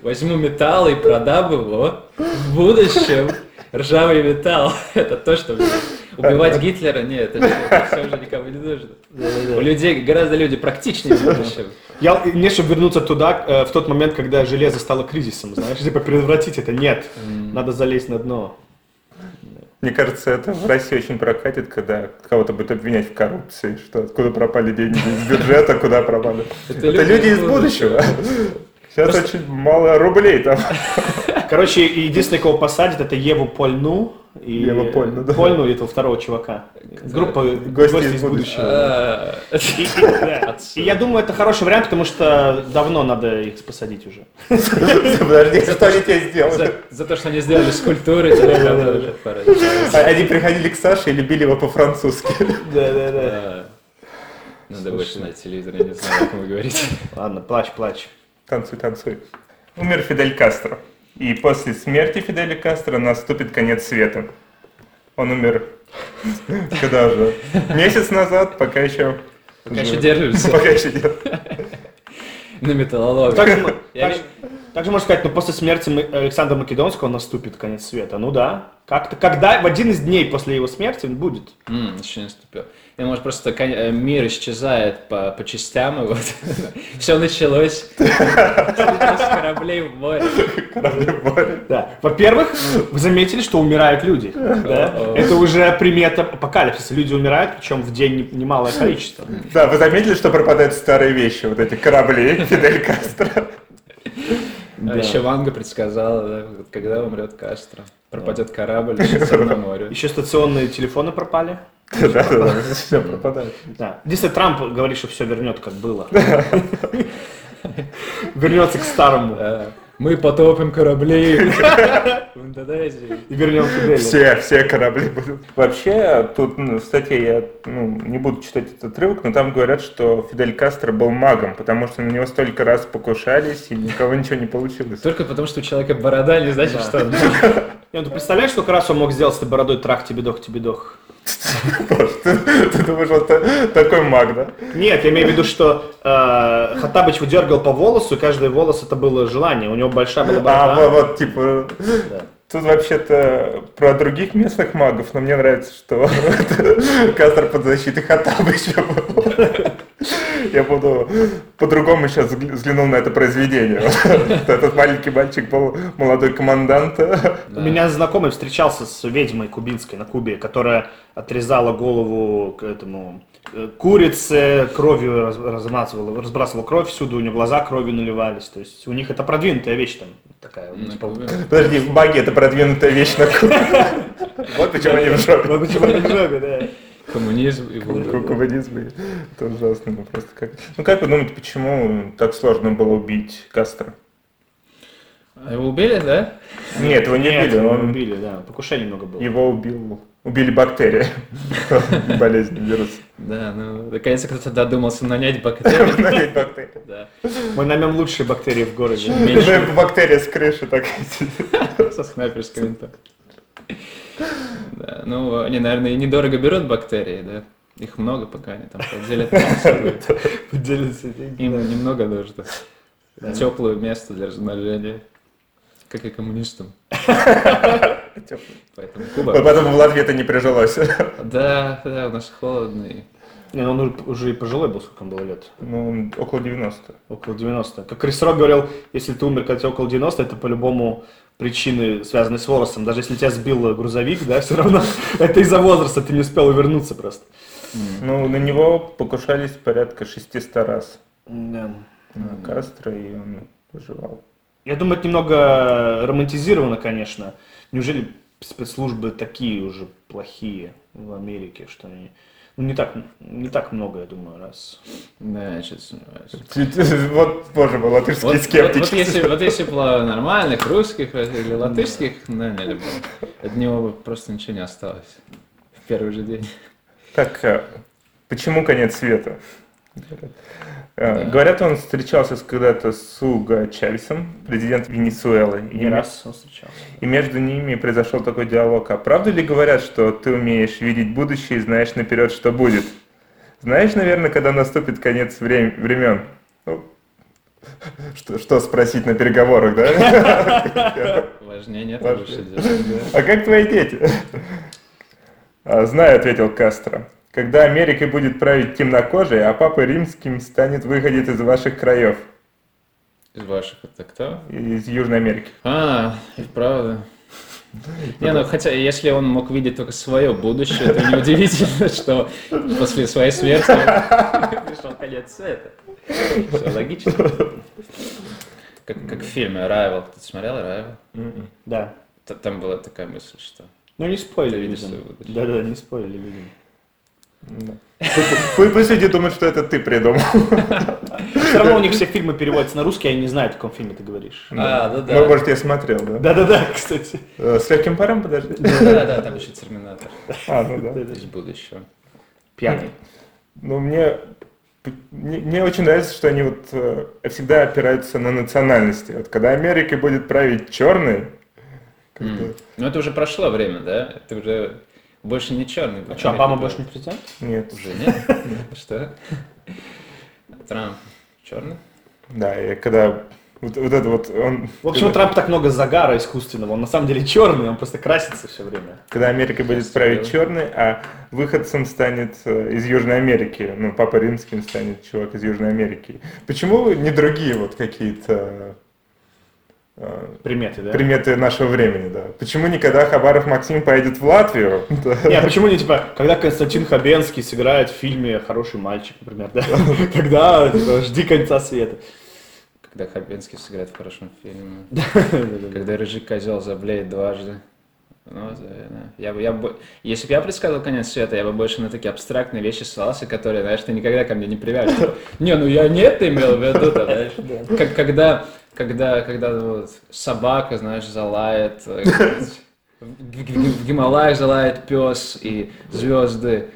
[SPEAKER 3] возьму металл и продам его в будущем. Ржавый металл. Это то, что мне- убивать Гитлера, нет, это, все уже никому не нужно. У людей гораздо люди практичнее в будущем.
[SPEAKER 2] Я, мне, чтобы вернуться туда, э, в тот момент, когда железо стало кризисом, знаешь, типа превратить это, нет, надо залезть на дно.
[SPEAKER 1] Мне кажется, это в России очень прокатит, когда кого-то будут обвинять в коррупции, что откуда пропали деньги из бюджета, куда пропали.
[SPEAKER 3] Это
[SPEAKER 1] Это люди из будущего. Сейчас очень мало рублей там.
[SPEAKER 2] Короче, и единственный, кого посадят, это Еву Польну. И
[SPEAKER 1] Ева Польну, да. Э,
[SPEAKER 2] Польну и этого второго чувака. Группа
[SPEAKER 1] Гости из будущего».
[SPEAKER 3] А,
[SPEAKER 2] И, и- да. И я думаю, это хороший вариант, потому что давно надо их посадить уже.
[SPEAKER 1] Подожди, что они тебе
[SPEAKER 3] За,
[SPEAKER 1] сделали?
[SPEAKER 3] за то, что они сделали скульптуры, это правда, уже пора.
[SPEAKER 1] А, Они приходили к Саше и любили его по-французски.
[SPEAKER 2] Да, да, да.
[SPEAKER 3] Да. Надо больше на телевизор, я не знаю, как вы говорите.
[SPEAKER 2] Ладно, плачь, плачь.
[SPEAKER 1] Танцуй, танцуй. Умер Фидель Кастро. И после смерти Фиделя Кастро наступит конец света. Он умер когда же? Месяц назад, пока еще...
[SPEAKER 3] Пока еще держимся
[SPEAKER 1] Ну, Пока еще нет.
[SPEAKER 3] на металлоломе.
[SPEAKER 2] Также, мо-
[SPEAKER 3] Я
[SPEAKER 2] также- также можно сказать, ну после смерти Ма- Александра Македонского наступит конец света. Ну да. Как-то, когда, в один из дней после его смерти он будет.
[SPEAKER 3] М, еще не наступил. Я, может, просто кон- э, мир исчезает по, по частям, и вот все началось. С кораблей в море.
[SPEAKER 1] Корабли в море.
[SPEAKER 2] Да. Во-первых, вы заметили, что умирают люди. Да?
[SPEAKER 3] О.
[SPEAKER 2] Это уже примета апокалипсиса. Люди умирают, причем в день не- немалое количество.
[SPEAKER 1] Да, вы заметили, что пропадают старые вещи, вот эти корабли Фидель Кастро?
[SPEAKER 3] А Еще Ванга предсказала, да, вот когда умрет Кастро. Пропадет корабль, исчезет на море.
[SPEAKER 2] Еще стационные телефоны пропали.
[SPEAKER 1] Да, да, да, все пропадает.
[SPEAKER 2] Да. Единственное, Трамп говорит, что все вернет, как было. Вернется к старому.
[SPEAKER 3] Да. Мы потопим корабли в Индонезии.
[SPEAKER 2] И вернем Фиделя.
[SPEAKER 1] Все, все корабли будут. Вообще, тут ну, в статье я ну, не буду читать этот отрывок, но там говорят, что Фидель Кастро был магом, потому что на него столько раз покушались, и никого ничего не получилось.
[SPEAKER 3] Только потому, что у человека борода, не значит, что он...
[SPEAKER 2] И он, ты представляешь, сколько раз он мог сделать с этой бородой трах тебе дох тебе дох?
[SPEAKER 1] Боже, ты, ты думаешь, он та- такой маг, да?
[SPEAKER 2] Нет, я имею в виду, что э, Хаттабыч его дергал по волосу, и каждый волос это было желание. У него большая была
[SPEAKER 1] А,
[SPEAKER 2] борода.
[SPEAKER 1] вот, вот, типа... Тут вообще-то про других местных магов, но мне нравится, что Кастер под защитой Хаттабыча был. Я буду по-другому сейчас взглянул на это произведение. Вот Этот маленький мальчик был молодой командант.
[SPEAKER 2] У меня знакомый встречался с ведьмой кубинской на Кубе, которая отрезала голову к этому э, курице, кровью раз- размазывала, разбрасывала кровь всюду, у нее глаза кровью наливались. То есть у них это продвинутая вещь там такая. вот, типа,
[SPEAKER 1] Подожди, в маге это продвинутая вещь на Кубе. Вот почему они в жопе.
[SPEAKER 2] ну, почему не в жопе, да.
[SPEAKER 3] Коммунизм и
[SPEAKER 1] Ку-
[SPEAKER 3] буржуазия.
[SPEAKER 1] Кубанизм, и это ужасно, ну просто как. Ну как вы думаете, почему так сложно было убить Кастро?
[SPEAKER 3] А Его убили, да?
[SPEAKER 1] Нет, его не
[SPEAKER 2] Нет,
[SPEAKER 1] убили,
[SPEAKER 2] ну, его
[SPEAKER 1] он
[SPEAKER 2] убили, да. Покушений много было.
[SPEAKER 1] Его убил. Убили бактерии. Болезнь, вирус.
[SPEAKER 3] Да, ну, наконец-то кто-то додумался нанять бактерии.
[SPEAKER 1] Нанять бактерии.
[SPEAKER 3] Да.
[SPEAKER 2] Мы наймем лучшие бактерии в городе.
[SPEAKER 3] Меньше
[SPEAKER 1] Ну, Бактерия с крыши так сидит.
[SPEAKER 3] со снайперским винтом. Да, ну, они, наверное, и недорого берут бактерии, да? Их много, пока они там поделят. между собой.
[SPEAKER 2] Делятся деньги.
[SPEAKER 3] Им немного нужно. Теплое место для размножения. Как и коммунистам. Поэтому
[SPEAKER 1] Вот
[SPEAKER 3] Куба.
[SPEAKER 1] Потом в Латвии это не прижилось.
[SPEAKER 3] Да, да, у нас холодно. и-
[SPEAKER 2] Не, ну он уже и пожилой был, сколько ему было лет.
[SPEAKER 1] Ну, он около 90.
[SPEAKER 2] Около 90. Как Крис Рок говорил, если ты умер, когда тебе около 90, это по-любому причины, связанные с возрастом. Даже если тебя сбил грузовик, да, все равно это из-за возраста, ты не успел вернуться просто.
[SPEAKER 1] Ну, на него покушались порядка 600 раз.
[SPEAKER 2] Да.
[SPEAKER 1] На Кастро, и он выживал.
[SPEAKER 2] Я думаю, это немного романтизировано, конечно. Неужели спецслужбы такие уже плохие в Америке, что они... Ну, не так, не так много, я думаю, раз.
[SPEAKER 3] Да, я что-то сомневаюсь.
[SPEAKER 1] Вот, боже мой, латышские
[SPEAKER 3] Вот, вот- вот если,
[SPEAKER 1] скептики.
[SPEAKER 3] вот если было нормальных русских или латышских, ну, не было. От него бы просто ничего не осталось. В первый же день.
[SPEAKER 1] Так, э, почему конец света? Э, Говорят, он встречался с- когда-то с Уго Чавесом, президентом Венесуэлы.
[SPEAKER 2] Не раз он встречался.
[SPEAKER 1] И между ними произошел такой диалог. А правда ли говорят, что ты умеешь видеть будущее и знаешь наперед, что будет? Знаешь, наверное, когда наступит конец вре- времен? Ну, что, что спросить на переговорах, да?
[SPEAKER 3] Важнее нет
[SPEAKER 1] Важнее.
[SPEAKER 3] лучше делать.
[SPEAKER 1] А как твои дети? «А, Знаю, ответил Кастро. Когда Америкой будет править темнокожий, а папа римским станет выходец из ваших краев,
[SPEAKER 3] Из ваших это кто?
[SPEAKER 1] из Южной Америки.
[SPEAKER 3] А, и правда. Не, ну хотя, если он мог видеть только свое будущее, то неудивительно, что после своей смерти пришел конец света. Все логично. Как, как в фильме «Райвел». Ты смотрел «Райвел»?
[SPEAKER 2] Да.
[SPEAKER 3] Т- Там была такая мысль, что...
[SPEAKER 2] Ну, не спойли,
[SPEAKER 3] Ты видишь свою
[SPEAKER 2] видимо.
[SPEAKER 3] выдачу.
[SPEAKER 2] Да-да, не спойли, видимо.
[SPEAKER 1] Пу- пу- Пусть люди думают, что это ты придумал.
[SPEAKER 2] Все равно у них все фильмы переводятся на русский, я не знаю, о каком фильме ты говоришь.
[SPEAKER 3] А, ну
[SPEAKER 1] Ну,
[SPEAKER 3] да.
[SPEAKER 1] может, я смотрел, да?
[SPEAKER 2] Да-да-да, кстати.
[SPEAKER 1] Э, С легким паром, подожди.
[SPEAKER 3] Да-да, там еще «Терминатор»
[SPEAKER 1] А, ну да.
[SPEAKER 3] из будущего.
[SPEAKER 2] Пьяный.
[SPEAKER 1] Ну, мне, мне, мне очень нравится, что они вот э, всегда опираются на национальности. Вот когда Америкой будет править черный, как-то,
[SPEAKER 3] М. Ну это уже прошло время, да? Это уже больше не черный.
[SPEAKER 2] А что, Обама больше не президент?
[SPEAKER 1] нет.
[SPEAKER 3] Уже нет? Что? Трамп черный?
[SPEAKER 1] Да, и когда вот, вот это вот он.
[SPEAKER 2] В общем, у
[SPEAKER 1] когда,
[SPEAKER 2] Трампа так много загара искусственного. Он на самом деле черный, он просто красится все время.
[SPEAKER 1] когда Америка будет править черный, а выходцем станет э, из Южной Америки. Ну, папа римским станет чувак из Южной Америки. Почему не другие вот какие-то э,
[SPEAKER 2] Приметы, да?
[SPEAKER 1] приметы нашего времени, да. Почему никогда Хабаров Максим поедет в Латвию? Да.
[SPEAKER 2] Не, а почему не, типа, когда Константин Хабенский сыграет в фильме «Хороший мальчик», например, да? Тогда, типа, жди конца света.
[SPEAKER 3] Когда Хабенский сыграет в хорошем фильме.
[SPEAKER 2] Да-да-да.
[SPEAKER 3] Когда рыжий козел заблеет дважды. Ну, вот, наверное. Я бы, я бы, если бы я предсказывал конец света, я бы больше на такие абстрактные вещи ссылался, которые, знаешь, ты никогда ко мне не привяжешь. Не, ну я не это имел в виду, да, знаешь. Как- Когда, когда, когда вот собака, знаешь, залает, э, в г- г- в Гималаях залает пес и звезды.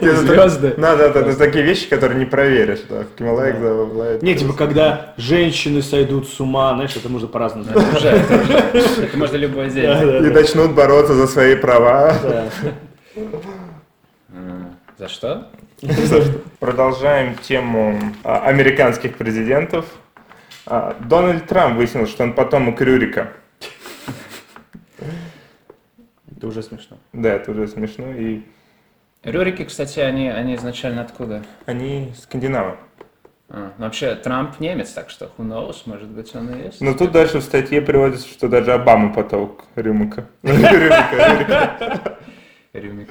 [SPEAKER 3] Звезды.
[SPEAKER 1] Да, да, да, это такие вещи, которые не проверишь, да. В Гималаях завывает.
[SPEAKER 2] Не, типа, когда женщины сойдут с ума, знаешь, это можно по-разному.
[SPEAKER 3] Это уже, это уже. Это можно любой день.
[SPEAKER 1] И
[SPEAKER 2] Да-да-да.
[SPEAKER 1] начнут бороться за свои права.
[SPEAKER 3] М, За что?
[SPEAKER 1] Продолжаем тему а, американских президентов. А, Дональд Трамп выяснил, что он потомок Рюрика.
[SPEAKER 2] Это уже смешно.
[SPEAKER 1] Да, это уже смешно. И
[SPEAKER 3] Рюрики, кстати, они, они изначально откуда?
[SPEAKER 1] они скандинавы.
[SPEAKER 3] А, ну вообще, Трамп немец, так что who knows, может быть, он и есть.
[SPEAKER 1] Но тут дальше в статье приводится, что даже Обама потолк Рюмика. Рюрика.
[SPEAKER 3] Рюмик.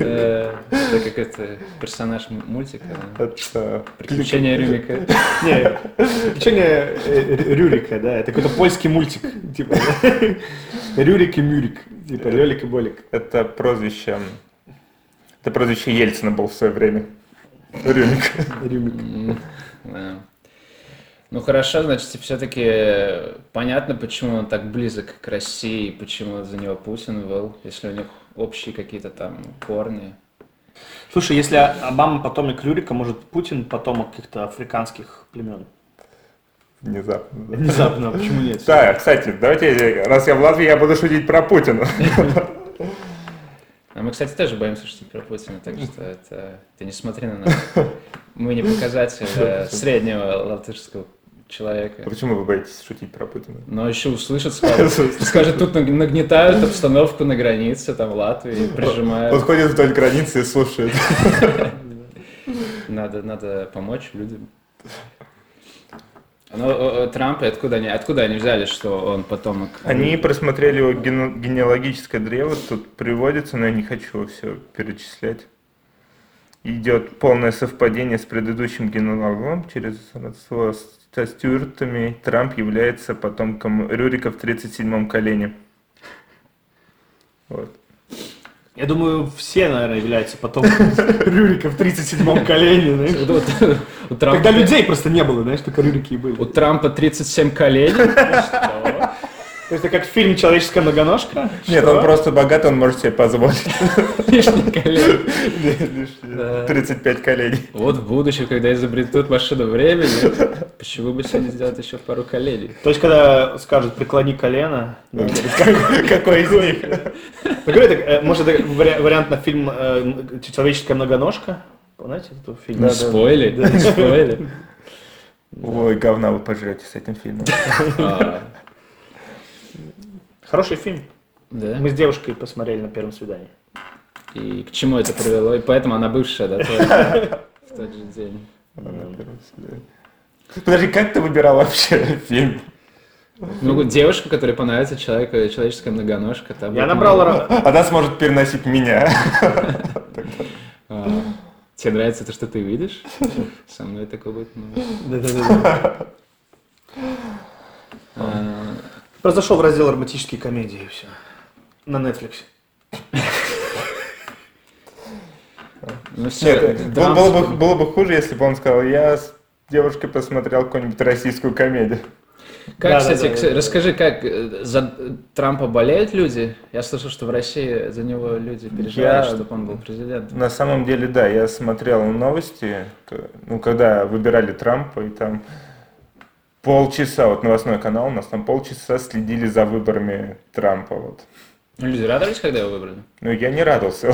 [SPEAKER 3] Э, Это как это персонаж м- мультика. да?
[SPEAKER 1] Это
[SPEAKER 3] Приключения Рюмика.
[SPEAKER 2] Не, приключения э, Рю- Рюрика, да, это какой-то польский мультик, типа, да. Рюрик и Мюрик, типа, Лёлик и Болик.
[SPEAKER 1] Это прозвище... Это прозвище Ельцина был в свое время. Рюмик.
[SPEAKER 2] Рюмик.
[SPEAKER 3] М, да. Ну хорошо, значит, все-таки понятно, почему он так близок к России, почему за него Путин был, если у них общие какие-то там корни.
[SPEAKER 2] Слушай, если А- Обама потомок Рюрика, может, Путин потомок каких-то африканских племен?
[SPEAKER 1] Внезапно. да.
[SPEAKER 2] Внезапно, почему нет?
[SPEAKER 1] Да, кстати, давайте, раз я в Латвии, я буду шутить про Путина.
[SPEAKER 3] А мы, кстати, тоже боимся шутить про Путина, так что это... Ты не смотри на нас. Мы не показатель э, среднего латышского
[SPEAKER 1] А
[SPEAKER 3] человека.
[SPEAKER 1] Почему вы боитесь шутить про Путина?
[SPEAKER 3] Но еще услышит, скажет, скажет, тут наг- нагнетают обстановку на границе, там, Латвии,
[SPEAKER 1] Он
[SPEAKER 3] прижимают.
[SPEAKER 1] ходит вдоль границы и слушает.
[SPEAKER 3] Надо, надо помочь людям. Но э, э, Трампа, откуда они, откуда они взяли, что он потомок?
[SPEAKER 1] Они просмотрели его ген- генеалогическое древо, тут приводится, но я не хочу все перечислять. Идет полное совпадение с предыдущим генеалогом через родство с со Стюартами. Трамп является потомком Рюрика в 37-м колене. Вот.
[SPEAKER 2] Я думаю, все, наверное, являются потомками Рюрика в 37-м колене, знаешь.
[SPEAKER 3] Вот У Трампа-
[SPEAKER 2] Тогда людей просто не было, знаешь, только Рюрики и были.
[SPEAKER 3] у Трампа 37 коленей. Что?
[SPEAKER 2] Это как фильм «Человеческая многоножка».
[SPEAKER 1] Нет,
[SPEAKER 2] Что?
[SPEAKER 1] он просто богат, он может себе позволить.
[SPEAKER 3] Лишний колен. Да.
[SPEAKER 1] 35 коленей.
[SPEAKER 3] Вот в будущем, когда изобретут машину времени, почему бы себе не сделать еще пару коленей?
[SPEAKER 2] То есть, когда скажут «преклони колено», ну,
[SPEAKER 1] Какой из них?
[SPEAKER 2] Ну, говорю, так, э, может, это вари- вариант на фильм э, м, «Человеческая многоножка»? Помните этот фильм?
[SPEAKER 3] Не спойли, не спойли.
[SPEAKER 1] Ой, говна вы пожрете с этим фильмом.
[SPEAKER 3] А,
[SPEAKER 2] Хороший фильм.
[SPEAKER 3] Да.
[SPEAKER 2] Мы с девушкой посмотрели на первом свидании.
[SPEAKER 3] И к чему это привело? И поэтому она бывшая, да, тоже, в тот же день.
[SPEAKER 1] Подожди, как ты выбирал вообще фильм?
[SPEAKER 3] Ну, вот девушка, которая понравится человеку, и человеческая многоножка. Там
[SPEAKER 2] Я
[SPEAKER 3] будет
[SPEAKER 2] набрал
[SPEAKER 3] много-
[SPEAKER 2] ра-
[SPEAKER 1] Она сможет переносить меня.
[SPEAKER 3] А, Тебе нравится то, что ты видишь? Со мной такое будет много.
[SPEAKER 2] Да-да-да.
[SPEAKER 3] А,
[SPEAKER 2] Просто зашел в раздел романтические комедии и все. На Netflix.
[SPEAKER 3] Ну все,
[SPEAKER 1] Нет, было, было бы, было бы хуже, если бы он сказал, я с девушкой посмотрел какую-нибудь российскую комедию.
[SPEAKER 2] Да,
[SPEAKER 3] Как,
[SPEAKER 2] да,
[SPEAKER 3] кстати,
[SPEAKER 2] да,
[SPEAKER 3] кс-
[SPEAKER 2] да, да.
[SPEAKER 3] расскажи, как э, за э, Трампа болеют люди? Я слышал, что в России за него люди переживают,
[SPEAKER 1] Я-
[SPEAKER 3] чтобы он был президентом.
[SPEAKER 1] На самом деле, да, я смотрел новости, к- ну, когда выбирали Трампа, и там полчаса, вот новостной канал, у нас там полчаса следили за выборами Трампа, вот.
[SPEAKER 3] Ну, Люди радовались, когда его выбрали?
[SPEAKER 1] Ну, я не радовался.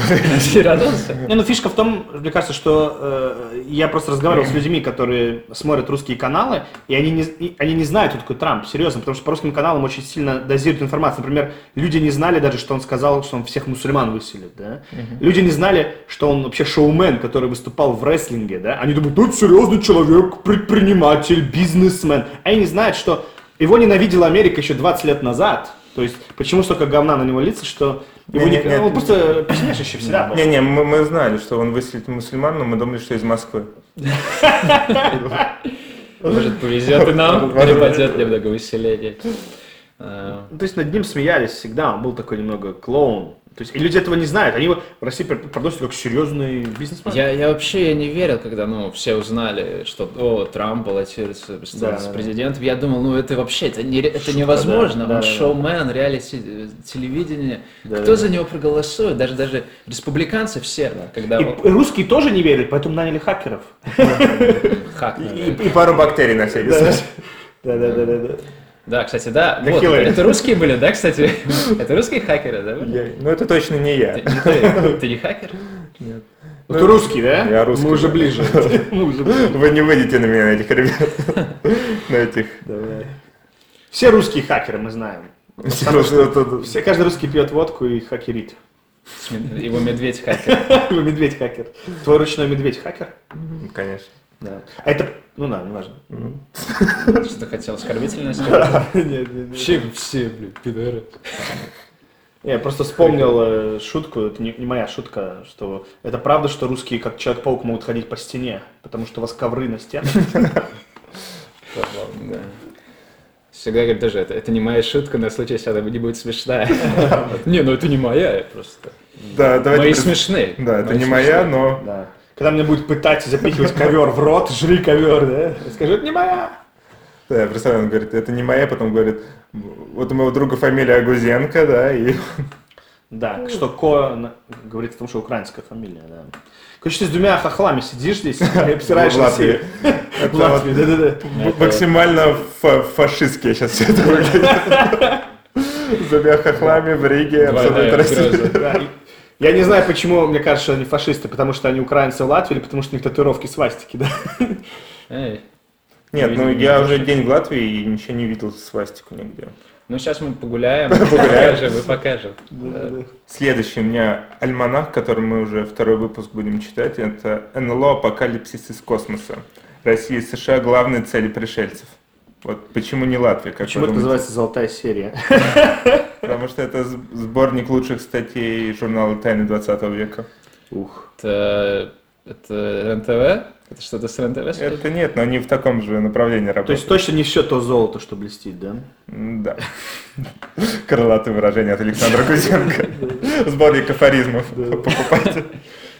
[SPEAKER 3] Ты радовался?
[SPEAKER 2] Не, ну фишка в том, мне кажется, что э, я просто разговаривал с людьми, которые смотрят русские каналы, и они не, и они не знают, кто такой Трамп, серьезно, потому что по русским каналам очень сильно дозируют информацию. Например, люди не знали даже, что он сказал, что он всех мусульман выселит, да? Люди не знали, что он вообще шоумен, который выступал в рестлинге, да? Они думают, ну это серьезный человек, предприниматель, бизнесмен. А они не знают, что его ненавидела Америка еще 20 лет назад. То есть, почему столько говна на него лица, что его не...
[SPEAKER 1] Не-не-не.
[SPEAKER 2] Он просто посмешище всегда. был.
[SPEAKER 1] Не-не, мы, мы знали, что он выселит мусульман, но мы думали, что из Москвы.
[SPEAKER 3] Может, повезет и нам,
[SPEAKER 1] Возможно.
[SPEAKER 3] перепадет немного выселение. А,
[SPEAKER 2] Ну, То есть над ним смеялись всегда, он был такой немного клоун. То есть, и люди этого не знают, они его в России пр- продают как серьезный бизнесмен.
[SPEAKER 3] Я, я вообще не верил, когда ну, все узнали, что о, Трамп баллотируется с,
[SPEAKER 2] Да,
[SPEAKER 3] с
[SPEAKER 2] да.
[SPEAKER 3] президентом. Я думал, ну это вообще это, не, это невозможно.
[SPEAKER 2] да, да,
[SPEAKER 3] Он
[SPEAKER 2] да.
[SPEAKER 3] шоумен, реалити телевидение.
[SPEAKER 2] Да,
[SPEAKER 3] Кто
[SPEAKER 2] да,
[SPEAKER 3] за него проголосует? Даже даже республиканцы все, когда
[SPEAKER 2] И
[SPEAKER 3] он-
[SPEAKER 2] п- русские тоже не верят, поэтому наняли хакеров.
[SPEAKER 3] Хак, наверное.
[SPEAKER 1] И, и пару бактерий на всякий случай.
[SPEAKER 2] Да-да-да-да.
[SPEAKER 1] Ну,
[SPEAKER 3] Да, кстати, да.
[SPEAKER 2] Для
[SPEAKER 3] Вот,
[SPEAKER 2] Хиллари.
[SPEAKER 3] это русские были, да, кстати? Это русские хакеры, да? были?
[SPEAKER 1] Я- Ну, это точно не я.
[SPEAKER 3] Не ты, ты не хакер?
[SPEAKER 2] Ну, ты русский, да?
[SPEAKER 1] Я русский,
[SPEAKER 2] Мы уже
[SPEAKER 1] да.
[SPEAKER 2] ближе. Мы уже ближе.
[SPEAKER 1] Вы не выйдете на меня, на этих ребят. На этих.
[SPEAKER 2] Давай. Все русские хакеры, мы знаем.
[SPEAKER 3] Ну,
[SPEAKER 2] Потому что
[SPEAKER 1] Все
[SPEAKER 2] все, каждый русский пьет водку и хакерит. Ну,
[SPEAKER 3] С мед- Его медведь хакер.
[SPEAKER 2] Медведь хакер. Твой ручной медведь хакер?
[SPEAKER 1] Конечно.
[SPEAKER 2] Да. А это, ну да, неважно.
[SPEAKER 3] Что хотел, оскорбительное сказать?
[SPEAKER 2] Нет, нет, нет.
[SPEAKER 3] Вообще все, блин, пидоры.
[SPEAKER 2] Я просто вспомнил э, шутку, это не, не моя шутка, что это правда, что русские как Человек-паук могут ходить по стене, потому что у вас ковры на стенах.
[SPEAKER 3] Да. Всегда говорят, даже это, это не моя шутка, на случай, если она не будет смешная. Не, ну это не моя, я просто.
[SPEAKER 1] Да, давайте.
[SPEAKER 3] Мои
[SPEAKER 1] пред-
[SPEAKER 3] смешные.
[SPEAKER 1] Да, это
[SPEAKER 3] Мои
[SPEAKER 1] не
[SPEAKER 3] смешные.
[SPEAKER 1] моя, но...
[SPEAKER 2] Да. Когда меня будет пытать запихивать ковер в рот, жри ковер, да? Я Скажу, это не моя.
[SPEAKER 1] Да, я представляю, он говорит, это не моя, потом говорит, вот у моего друга фамилия Агузенко, да, и...
[SPEAKER 2] Да, что Ко на- говорит, потому что украинская фамилия, да. Короче, ты с двумя хохлами сидишь здесь и обсираешь
[SPEAKER 1] В Латвии.
[SPEAKER 2] Россию. В Латвии, да-да-да.
[SPEAKER 1] Б- Максимально фа- фашистски я сейчас все это выглядит. С двумя хохлами в Риге,
[SPEAKER 3] Двойная
[SPEAKER 1] абсолютно Россия.
[SPEAKER 3] угроза.
[SPEAKER 2] Да, и- Я не знаю, почему, мне кажется, что они фашисты, потому что они украинцы в Латвии или потому что у них татуировки свастики, да?
[SPEAKER 3] Эй,
[SPEAKER 1] Нет, ну
[SPEAKER 3] Видимо,
[SPEAKER 1] я
[SPEAKER 3] не типа.
[SPEAKER 1] уже день в Латвии и ничего не видел свастику нигде.
[SPEAKER 3] Ну, сейчас мы погуляем, покажем и покажем.
[SPEAKER 2] Да-да-да.
[SPEAKER 1] Следующий у меня альманах, который мы уже второй выпуск будем читать, это НЛО «Апокалипсис из космоса. Россия и США – главные цели пришельцев». Вот почему не Латвия, как вы
[SPEAKER 2] Почему это
[SPEAKER 1] думаете?
[SPEAKER 2] называется золотая серия?
[SPEAKER 1] Потому что это с- сборник лучших статей журнала «Тайны 20 века».
[SPEAKER 2] Ух.
[SPEAKER 3] Это, это РНТВ? Это что-то с РНТВ? связано?
[SPEAKER 1] Это нет, но они в таком же направлении
[SPEAKER 2] То
[SPEAKER 1] работают.
[SPEAKER 2] есть точно не все то золото, что блестит, да?
[SPEAKER 1] Да. Крылатое выражение от Александра Кузенко. Сборник афоризмов. Покупайте.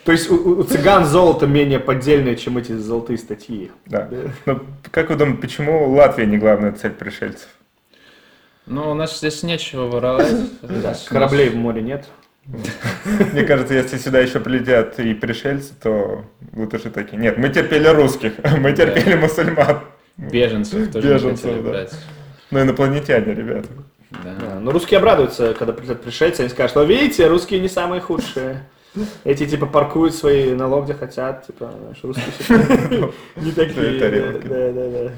[SPEAKER 2] То есть у, у- у цыган золото менее поддельное, чем эти золотые статьи.
[SPEAKER 1] Да. Ну, как вы думаете, почему Латвия не главная цель пришельцев?
[SPEAKER 3] Ну, у нас здесь нечего воровать. Здесь у нас-
[SPEAKER 2] Кораблей в море нет.
[SPEAKER 1] Мне кажется, если сюда еще прилетят и пришельцы, то латыши такие. Нет, мы терпели русских, мы терпели мусульман.
[SPEAKER 3] Беженцев тоже не
[SPEAKER 1] Беженцев,
[SPEAKER 3] хотели
[SPEAKER 1] да.
[SPEAKER 3] брать.
[SPEAKER 1] Ну, инопланетяне, ребята.
[SPEAKER 3] Да.
[SPEAKER 2] Да, Но русские обрадуются, когда прилетят пришельцы, они скажут, что видите, русские не самые худшие. Эти типа паркуют свои налог, где хотят, типа, знаешь, русские всё- не такие.
[SPEAKER 1] тарелки.
[SPEAKER 2] да, да, да, да.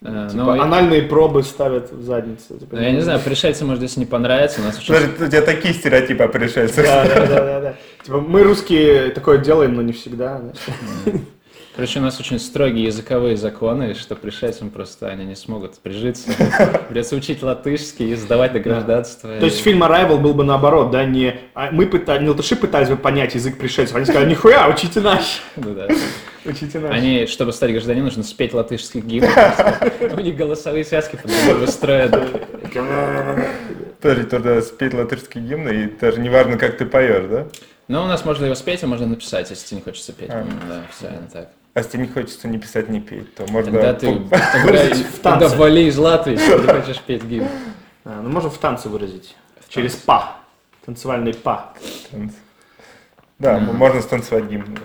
[SPEAKER 3] Э,
[SPEAKER 2] Типа,
[SPEAKER 3] Ну, и-
[SPEAKER 2] анальные пробы ставят в задницу. типа,
[SPEAKER 3] я не знаю, пришельцам, может, здесь не понравится. У нас очень
[SPEAKER 1] Подожди, у тебя такие стереотипы о пришельцах.
[SPEAKER 2] Да, да, да, да, да. Типа, мы русские такое делаем, но не всегда. да.
[SPEAKER 3] Короче, у нас очень строгие языковые законы, что пришельцам просто они не смогут прижиться. Придется учить латышский и сдавать на гражданство.
[SPEAKER 2] То есть фильм Arrival был бы наоборот, да, не а мы пытались, не латыши пытались бы понять язык пришельцев, они сказали, нихуя, учите наш,
[SPEAKER 3] Ну да.
[SPEAKER 2] учите наш.
[SPEAKER 3] Они, чтобы стать гражданином, нужно спеть латышский гимн. просто. У них голосовые связки под собой выстроены.
[SPEAKER 2] «Э,
[SPEAKER 1] Подожди, тогда спеть латышский гимн, и даже не важно, как ты поешь, да?
[SPEAKER 3] Но у нас можно его спеть, а можно написать, если тебе не хочется петь.
[SPEAKER 1] А.
[SPEAKER 3] Ну Да, все, именно так.
[SPEAKER 1] А если тебе не хочется ни писать, ни петь, то можно...
[SPEAKER 3] Тогда ты
[SPEAKER 1] пу-
[SPEAKER 3] тогда- тогда
[SPEAKER 2] танце.
[SPEAKER 3] вали из Латвии, если ты хочешь петь гимн.
[SPEAKER 2] А, ну можно в танце выразить. Через па. Танцевальный па.
[SPEAKER 1] танц. Да, можно станцевать гимн.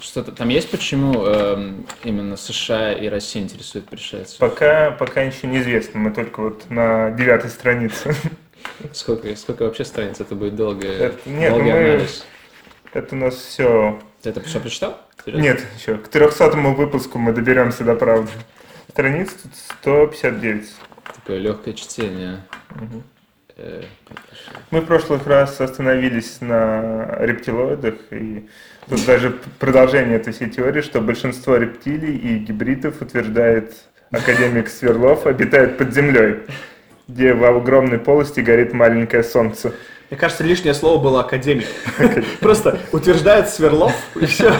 [SPEAKER 3] Что-то там есть, почему эм, именно США и Россия интересуют пришельцев?
[SPEAKER 1] Пока, пока еще неизвестно, мы только вот на девятой странице.
[SPEAKER 3] Сколько, сколько вообще страниц? Это будет долго.
[SPEAKER 1] Это- нет,
[SPEAKER 3] долгий
[SPEAKER 1] ну мы-
[SPEAKER 3] анализ.
[SPEAKER 1] Это у нас все...
[SPEAKER 3] Ты это все прочитал? Серьезно?
[SPEAKER 1] Нет, еще, к 300 выпуску мы доберемся до правды. Страниц тут 159.
[SPEAKER 3] Такое легкое чтение. Э,
[SPEAKER 1] Мы в прошлый раз остановились на рептилоидах, и тут даже п- продолжение этой всей теории, что большинство рептилий и гибридов, утверждает академик Сверлов, обитают под землей, где в огромной полости горит маленькое солнце.
[SPEAKER 2] Мне кажется, лишнее слово было академик. Просто утверждает Сверлов, и все.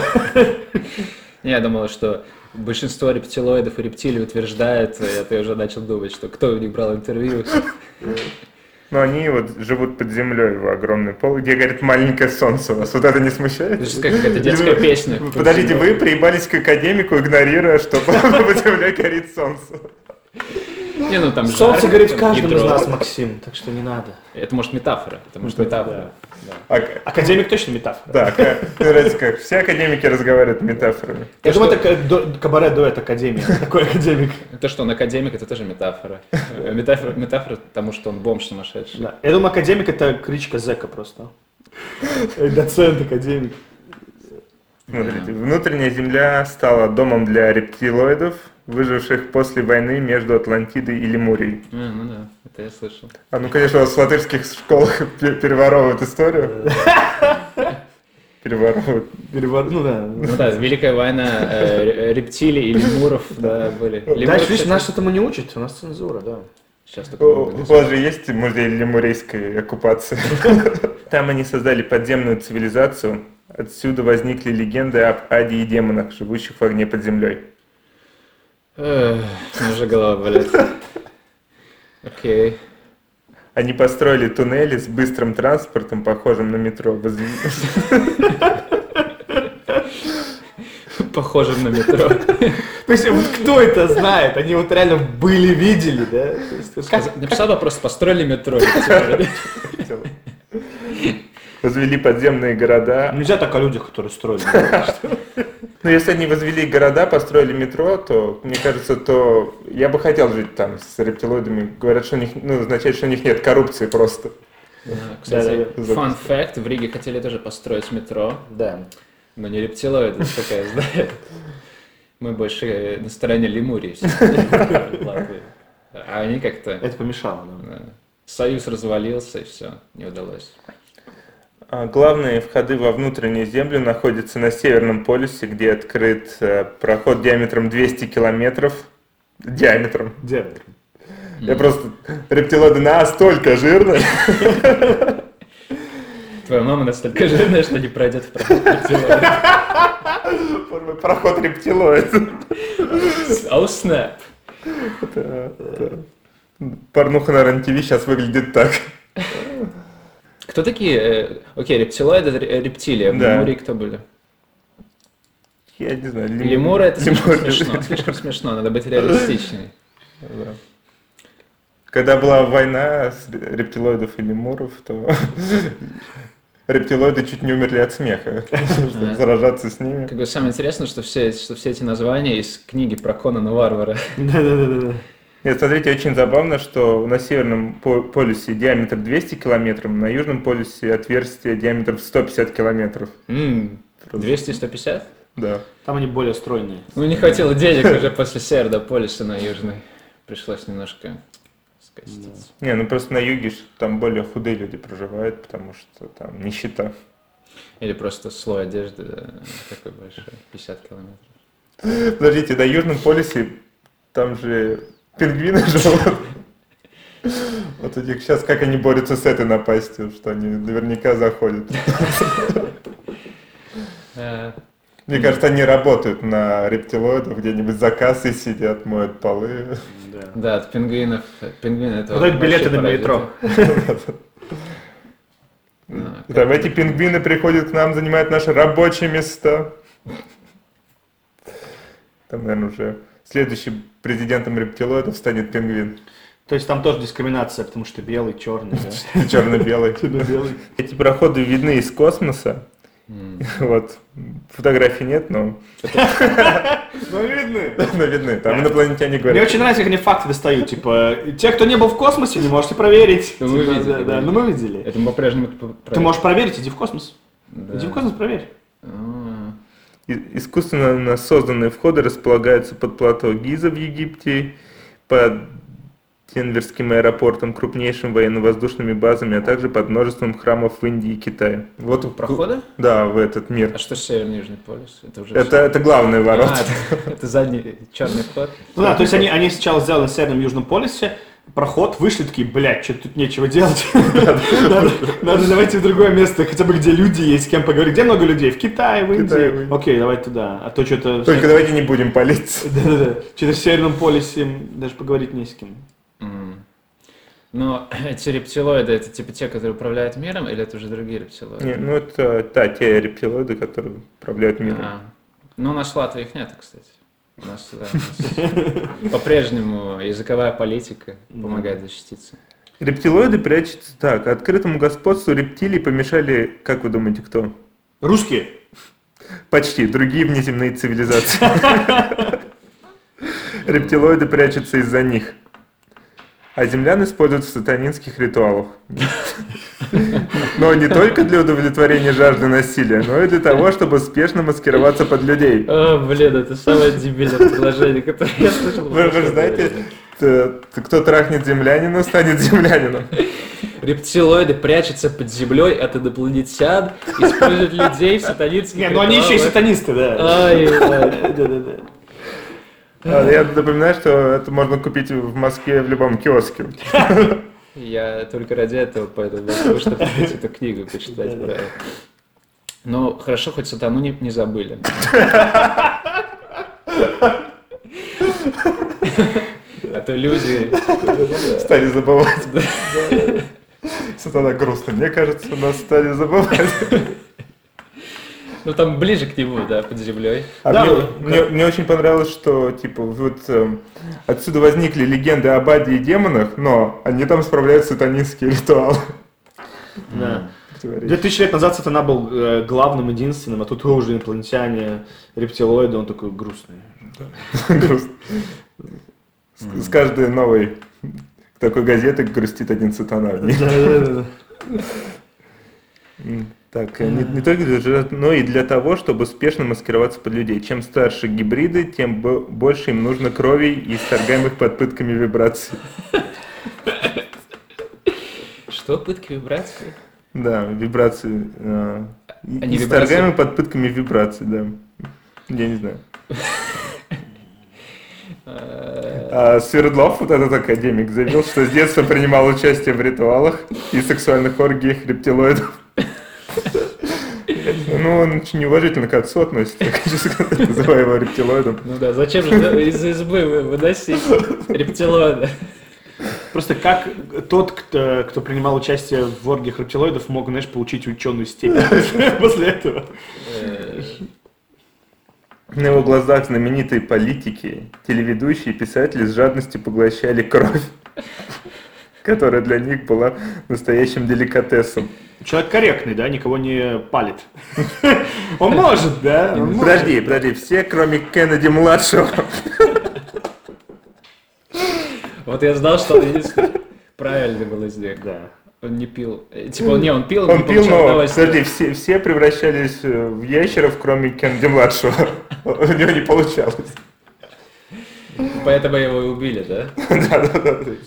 [SPEAKER 3] Не, я думал, что большинство рептилоидов и рептилий утверждает, и это я уже начал думать, что кто у них брал интервью.
[SPEAKER 1] Но они вот живут под землей в огромной полости, где горит маленькое солнце. Вас вот это не смущает?
[SPEAKER 3] Это же как какая-то детская
[SPEAKER 1] Вы-
[SPEAKER 3] песня.
[SPEAKER 1] вы- Ну, Подождите, вы приебались к академику, игнорируя, что под землей горит солнце.
[SPEAKER 3] Не, ну там
[SPEAKER 2] Солнце
[SPEAKER 3] жарко,
[SPEAKER 2] горит в
[SPEAKER 3] там
[SPEAKER 2] каждом из
[SPEAKER 3] ядро.
[SPEAKER 2] нас, Максим, так что не надо.
[SPEAKER 3] Это может метафора, это может метафора.
[SPEAKER 1] Ак-
[SPEAKER 2] Академик точно метафора.
[SPEAKER 1] А Да, ка- мне нравится, как все академики разговаривают метафорами.
[SPEAKER 2] Я думаю, это ка- до- кабаре дуэт академия. Такой академик.
[SPEAKER 3] То, что он академик, это тоже метафора. Э, Метафора, метафора потому, что он бомж сумасшедший.
[SPEAKER 2] Да. Я думаю, академик это кличка зэка просто. Э, Доцент, академик.
[SPEAKER 1] Смотрите, внутренняя земля стала домом для рептилоидов, выживших после войны между Атлантидой и Лемурией.
[SPEAKER 3] Э, Ну да, это я слышал.
[SPEAKER 1] А ну, конечно, у вас в латышских школах пе- переворовывают историю. Переворовывают.
[SPEAKER 2] Перевор- Ну да.
[SPEAKER 3] Ну да, Великая война э, ре- рептилий и лемуров, да, были.
[SPEAKER 2] Дальше, видишь, нас этому не учат, у нас цензура, да.
[SPEAKER 3] Сейчас
[SPEAKER 1] У у вас же есть музей лемурейской оккупации. Там они создали подземную цивилизацию. Отсюда возникли легенды об аде и демонах, живущих в огне под землей.
[SPEAKER 3] Уже голова болит. Окей.
[SPEAKER 1] Они построили туннели с быстрым транспортом, похожим на метро. возле-
[SPEAKER 3] Похоже на метро.
[SPEAKER 2] То есть вот кто это знает? Они вот реально были, видели, да? То есть, как-
[SPEAKER 3] Написал вопрос, построили метро.
[SPEAKER 1] Возвели подземные города,
[SPEAKER 2] Нельзя так о людях, которые строили.
[SPEAKER 1] Ну, если они возвели города, построили метро, то, мне кажется, то я бы хотел жить там с рептилоидами. Говорят, что у них, ну, означает, что у них нет коррупции просто.
[SPEAKER 3] Да, Кстати,
[SPEAKER 1] Да-да-да.
[SPEAKER 3] fun fact, в Риге хотели тоже построить метро,
[SPEAKER 2] Да.
[SPEAKER 3] но не рептилоиды, насколько я знаю. Мы больше на стороне Лемурии всегда, Латвии. А они как-то...
[SPEAKER 2] Это помешало, да.
[SPEAKER 3] да, Союз развалился, и все, не удалось.
[SPEAKER 1] А Главные входы во внутренние земли находятся на Северном полюсе, где открыт э, проход диаметром 200 километров. Диаметром.
[SPEAKER 2] Диаметр.
[SPEAKER 1] Я просто... Рептилоиды А настолько жирные.
[SPEAKER 3] Твоя мама настолько жирная, что не пройдет в проход.
[SPEAKER 1] Проход рептилоид.
[SPEAKER 3] Оу, А снэп.
[SPEAKER 1] Да, да. Порнуха на РЕН-ТВ сейчас выглядит так.
[SPEAKER 3] Кто такие? э, Окей, рептилоиды, ре- рептилии.
[SPEAKER 1] Да.
[SPEAKER 3] Лемурии кто были?
[SPEAKER 1] Я не знаю. лем-
[SPEAKER 3] Лемуры это слишком
[SPEAKER 1] лемуры.
[SPEAKER 3] смешно. Слишком смешно, надо быть реалистичной.
[SPEAKER 1] Да. Когда была война с рептилоидов и лемуров, то рептилоиды чуть не умерли от смеха, чтобы заражаться с ними.
[SPEAKER 3] Как бы самое интересное, что все, эти- что все эти названия из книги про Конана Варвара.
[SPEAKER 2] Да-да-да.
[SPEAKER 1] Нет, смотрите, очень забавно, что на северном по- полюсе диаметр 200 километров, на южном полюсе отверстие диаметром 150 километров.
[SPEAKER 3] М, 200 150?
[SPEAKER 1] Да.
[SPEAKER 2] Там они более стройные.
[SPEAKER 3] Ну, не хватило денег уже после Северного полюса на Южный. Пришлось немножко скоститься.
[SPEAKER 1] Не, ну просто на юге ж там более худые люди проживают, потому что там нищета.
[SPEAKER 3] Или просто слой одежды да, такой большой, 50 километров.
[SPEAKER 1] Подождите, на южном полюсе там же пингвины живут. Вот у них сейчас как они борются с этой напастью, что они наверняка заходят.
[SPEAKER 3] Э,
[SPEAKER 1] Мне кажется, они работают на рептилоидов, где-нибудь за кассой сидят, моют полы.
[SPEAKER 2] Да.
[SPEAKER 3] Да, от пингвинов. Пингвины это
[SPEAKER 2] Продать
[SPEAKER 3] вообще
[SPEAKER 2] билеты на
[SPEAKER 3] паразиты.
[SPEAKER 2] метро.
[SPEAKER 3] Да,
[SPEAKER 1] И Там эти пингвины приходят к нам, занимают наши рабочие места. Там, наверное, уже следующим президентом рептилоидов станет пингвин.
[SPEAKER 2] То есть там тоже дискриминация, потому что белый, черный, да?
[SPEAKER 1] Черно-белый.
[SPEAKER 2] белый.
[SPEAKER 1] Эти проходы видны из космоса.
[SPEAKER 3] М.
[SPEAKER 1] Вот. Фотографий нет, но,
[SPEAKER 2] Ну, видно.
[SPEAKER 1] но видны. Там инопланетяне
[SPEAKER 2] Мне
[SPEAKER 1] говорят.
[SPEAKER 2] очень нравится, как они факты достают, типа, те, кто не был в космосе, не можете проверить.
[SPEAKER 3] Ну, мы
[SPEAKER 2] Типа,
[SPEAKER 3] видели,
[SPEAKER 2] да, да,
[SPEAKER 3] да.
[SPEAKER 2] ну мы видели.
[SPEAKER 3] Это мы по-прежнему... п-
[SPEAKER 2] Ты можешь проверить, иди в космос.
[SPEAKER 3] Да.
[SPEAKER 2] Иди в космос, проверь.
[SPEAKER 3] А,
[SPEAKER 1] И- Искусственно созданные входы располагаются под плато Гиза в Египте, под Денверским аэропортом, крупнейшим военно-воздушными базами, а также под множеством храмов в Индии и Китае. Вот у-
[SPEAKER 3] Проходы?
[SPEAKER 1] Да, в этот
[SPEAKER 3] А
[SPEAKER 1] мир.
[SPEAKER 3] что северный и южный полюс? Это уже...
[SPEAKER 1] Это, это главный
[SPEAKER 3] А,
[SPEAKER 1] ворот.
[SPEAKER 3] это- это задний черный ход.
[SPEAKER 2] Ну да, то есть они, они сначала сделали на Северном и Южном полюсе проход, вышли такие, блядь, что тут нечего делать. Надо- Надо давайте в другое место, хотя бы где люди есть, с кем поговорить. Где много людей? В Китае, в
[SPEAKER 1] Китае, в
[SPEAKER 2] Индии.
[SPEAKER 1] Индии.
[SPEAKER 2] Окей, давай туда. А то что-то...
[SPEAKER 1] Только давайте не будем палиться.
[SPEAKER 2] Да-да-да. Что-то в Северном полюсе даже поговорить не с кем.
[SPEAKER 3] М. Но эти рептилоиды, это типа те, которые управляют миром, или это уже другие рептилоиды?
[SPEAKER 1] Не, ну это та, те рептилоиды, которые управляют миром.
[SPEAKER 3] А. Ну, у нас в Латвии их нет, кстати. У нас, да, у нас по-прежнему языковая политика помогает защититься.
[SPEAKER 1] Рептилоиды прячутся так. Открытому господству рептилий помешали, как вы думаете, кто?
[SPEAKER 2] Русские.
[SPEAKER 1] Почти. Другие внеземные цивилизации. Рептилоиды прячутся из-за них. А землян используют в сатанинских ритуалах. Но не только для удовлетворения жажды насилия, но и для того, чтобы спешно маскироваться под людей.
[SPEAKER 3] О, А, блин, это самое дебильное предложение, которое я слышал.
[SPEAKER 1] Вы, вы же знаете, т- т- кто трахнет землянина, станет землянином.
[SPEAKER 3] Рептилоиды прячутся под землей от инопланетян, используют людей в сатанинских
[SPEAKER 2] Не, ну они еще и
[SPEAKER 3] ритуалах.
[SPEAKER 2] сатанисты, да.
[SPEAKER 3] Ай, ай.
[SPEAKER 2] Да-да-да.
[SPEAKER 1] А, Я напоминаю, что это можно купить в Москве в любом киоске.
[SPEAKER 3] Я только ради этого поэтому потому что купить эту книгу, почитать про это. Ну, хорошо, хоть сатану не, не забыли. А то люди...
[SPEAKER 1] Стали забывать. Сатана грустно. Мне кажется, нас стали забывать.
[SPEAKER 3] Ну, там ближе к нему, да, под землей.
[SPEAKER 1] А
[SPEAKER 2] Да,
[SPEAKER 1] мне,
[SPEAKER 2] вот,
[SPEAKER 1] мне- мне очень понравилось, что типа вот эм, отсюда возникли легенды об аде и демонах, но они там справляют сатанинские ритуалы.
[SPEAKER 2] Да. Две
[SPEAKER 1] Противоречие.
[SPEAKER 2] тысячи лет назад сатана был э, главным, единственным, а тут уже инопланетяне, рептилоиды, он такой грустный.
[SPEAKER 1] Грустно. С- С каждой новой такой газеты грустит один сатана в ней.
[SPEAKER 2] Да-да-да.
[SPEAKER 1] М, Так, э, не, не только для жертв, но и для того, чтобы успешно маскироваться под людей. Чем старше гибриды, тем бо- больше им нужно крови и сторгаемых под пытками вибраций.
[SPEAKER 3] Что, пытка вибрации?
[SPEAKER 1] Да, вибрации. э, и-
[SPEAKER 3] Они
[SPEAKER 1] и
[SPEAKER 3] вибрации?
[SPEAKER 1] сторгаемых под пытками вибраций, да. Я не знаю. А Свердлов, вот этот академик, заявил, что с детства принимал участие в ритуалах и сексуальных оргиях рептилоидов. Ну, он очень неуважительно к отцу относится, я хочу сказать, называя его рептилоидом.
[SPEAKER 3] Ну да, зачем же из избы вы- выносить рептилоида?
[SPEAKER 2] Просто как тот, кто, кто принимал участие в оргиях рептилоидов, мог, знаешь, получить ученую степень после этого?
[SPEAKER 3] Э,
[SPEAKER 1] На его глазах знаменитые политики, телеведущие и писатели с жадностью поглощали кровь, которая для них была настоящим деликатесом.
[SPEAKER 2] Человек корректный, да, никого не палит. Он может, да? он может.
[SPEAKER 1] Подожди, подожди, все, кроме Кеннеди-младшего.
[SPEAKER 3] Вот я знал, что он единственный правильный был из них.
[SPEAKER 2] Да.
[SPEAKER 3] Он не пил. Э, Типа, он- не, он пил,
[SPEAKER 1] Он
[SPEAKER 3] не
[SPEAKER 1] пил,
[SPEAKER 3] получал
[SPEAKER 1] но,
[SPEAKER 3] удовольствия.
[SPEAKER 1] подожди, все, все превращались э, в ящеров, кроме Кеннеди-младшего. У него не получалось.
[SPEAKER 3] Поэтому его и убили, да?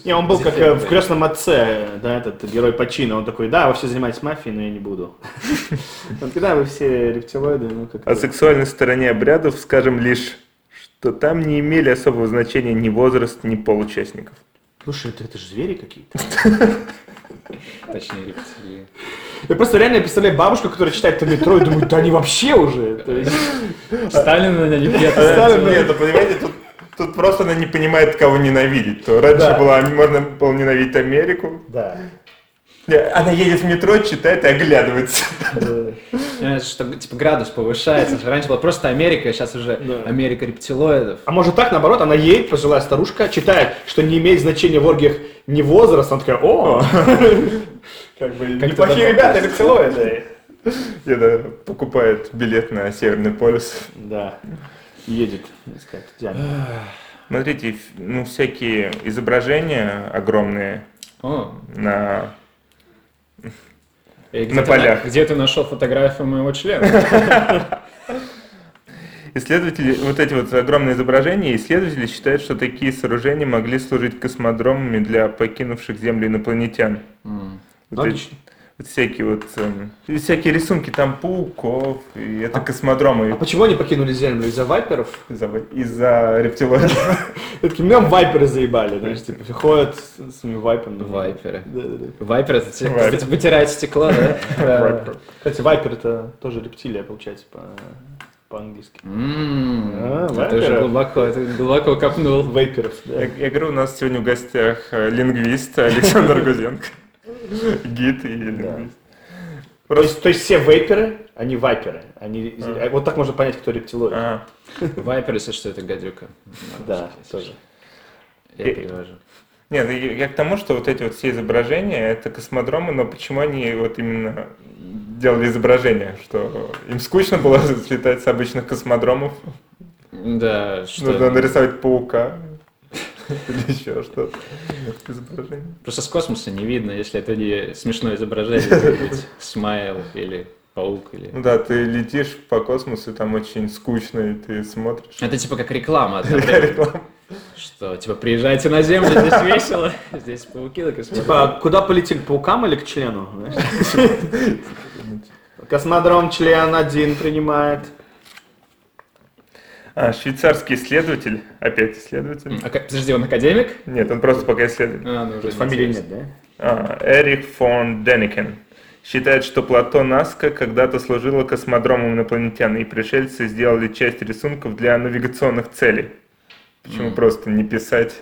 [SPEAKER 2] Не, он был как э, в крестном отце, да, этот герой Пачино. Он такой, да, вы все занимаетесь мафией, но я не буду. Он такой, да, вы все рептилоиды, ну как
[SPEAKER 1] О сексуальной стороне обрядов скажем лишь, что там не имели особого значения ни возраст, ни пол участников.
[SPEAKER 2] Слушай, это, это же звери какие-то.
[SPEAKER 3] Точнее, рептилии.
[SPEAKER 2] Я просто реально представляю бабушку, которая читает там метро и думает, да они вообще уже. то есть,
[SPEAKER 3] Сталина на них нет.
[SPEAKER 2] Сталин,
[SPEAKER 1] Нет, ну, понимаете, тут, тут просто она не понимает, кого ненавидеть. То раньше
[SPEAKER 2] Да.
[SPEAKER 1] была, можно было ненавидеть Америку.
[SPEAKER 2] Да.
[SPEAKER 1] Не, Она едет в метро, читает и оглядывается.
[SPEAKER 2] Да.
[SPEAKER 3] Понимаешь, что типа градус повышается. Раньше была просто Америка, сейчас уже
[SPEAKER 2] Да.
[SPEAKER 3] Америка рептилоидов.
[SPEAKER 2] А может так, наоборот, она едет, пожилая старушка, читает, что не имеет значения в оргиях не возраст, она такая, о, как бы неплохие ребята, рептилоиды.
[SPEAKER 1] И она покупает билет на Северный полюс.
[SPEAKER 2] Да, едет, искать, идеально.
[SPEAKER 1] Смотрите, ф- ну всякие изображения огромные
[SPEAKER 3] О,
[SPEAKER 1] на...
[SPEAKER 3] и где
[SPEAKER 1] На
[SPEAKER 3] ты
[SPEAKER 1] полях.
[SPEAKER 3] Где ты нашел фотографию моего члена?
[SPEAKER 1] Исследователи, вот эти вот огромные изображения, исследователи считают, что такие сооружения могли служить космодромами для покинувших Землю инопланетян.
[SPEAKER 3] М.
[SPEAKER 1] Вот эти-
[SPEAKER 2] Логично.
[SPEAKER 1] вот всякие вот эм, и всякие рисунки там пауков, и это космодромы
[SPEAKER 2] А почему они покинули Землю? Из-за вайперов?
[SPEAKER 1] из-за, из-за рептилоидов.
[SPEAKER 2] Это такие, нам вайперы заебали, знаешь, типа, ходят с с своими вайпами.
[SPEAKER 3] Вайперы.
[SPEAKER 2] Да-да-да.
[SPEAKER 3] Вайпер это те,
[SPEAKER 1] Вайпер.
[SPEAKER 3] кстати, вытирает стекло, да? да?
[SPEAKER 1] Вайпер.
[SPEAKER 2] Кстати, вайпер это тоже рептилия, получается, по- по-английски.
[SPEAKER 3] М,
[SPEAKER 2] А,
[SPEAKER 3] Ты
[SPEAKER 2] вайперы.
[SPEAKER 3] уже глубоко, ты глубоко копнул.
[SPEAKER 2] Вейперов,
[SPEAKER 1] Я,
[SPEAKER 2] да.
[SPEAKER 1] я говорю, у нас сегодня в гостях э, лингвист Александр Гузенко. Гид и лингвист.
[SPEAKER 2] То есть, то есть все вейперы, они вайперы. Они, а Вот так можно понять, кто рептилоид.
[SPEAKER 1] А,
[SPEAKER 3] Вайпер, если что, это гадюка.
[SPEAKER 2] Да, тоже.
[SPEAKER 3] Я перевожу.
[SPEAKER 1] Нет, ну, я я к тому, что вот эти вот все изображения, это космодромы, но почему они вот именно делали изображения? Что им скучно было летать с обычных космодромов?
[SPEAKER 3] Да, что...
[SPEAKER 1] Нужно нарисовать паука или еще что-то. Изображение.
[SPEAKER 3] Просто с космоса не видно, если это не смешное изображение. какое-нибудь. Смайл или паук или...
[SPEAKER 1] Ну да, ты летишь по космосу, там очень скучно, и ты смотришь.
[SPEAKER 3] Это типа как реклама, одновременно,
[SPEAKER 1] Реклама.
[SPEAKER 3] что типа приезжайте на Землю, здесь весело, здесь пауки на космодроме.
[SPEAKER 2] Типа, куда полетели, к паукам или к члену? Космодром член один принимает.
[SPEAKER 1] А, швейцарский исследователь, опять исследователь.
[SPEAKER 3] М, а как- Подожди, он академик?
[SPEAKER 1] Нет, он просто пока исследователь.
[SPEAKER 3] А, ну уже
[SPEAKER 2] Фамилии
[SPEAKER 3] интересно.
[SPEAKER 2] нет, да?
[SPEAKER 1] А, Эрих фон Деникен считает, что плато Наска когда-то служило космодромом инопланетян, и пришельцы сделали часть рисунков для навигационных целей. Почему просто не писать?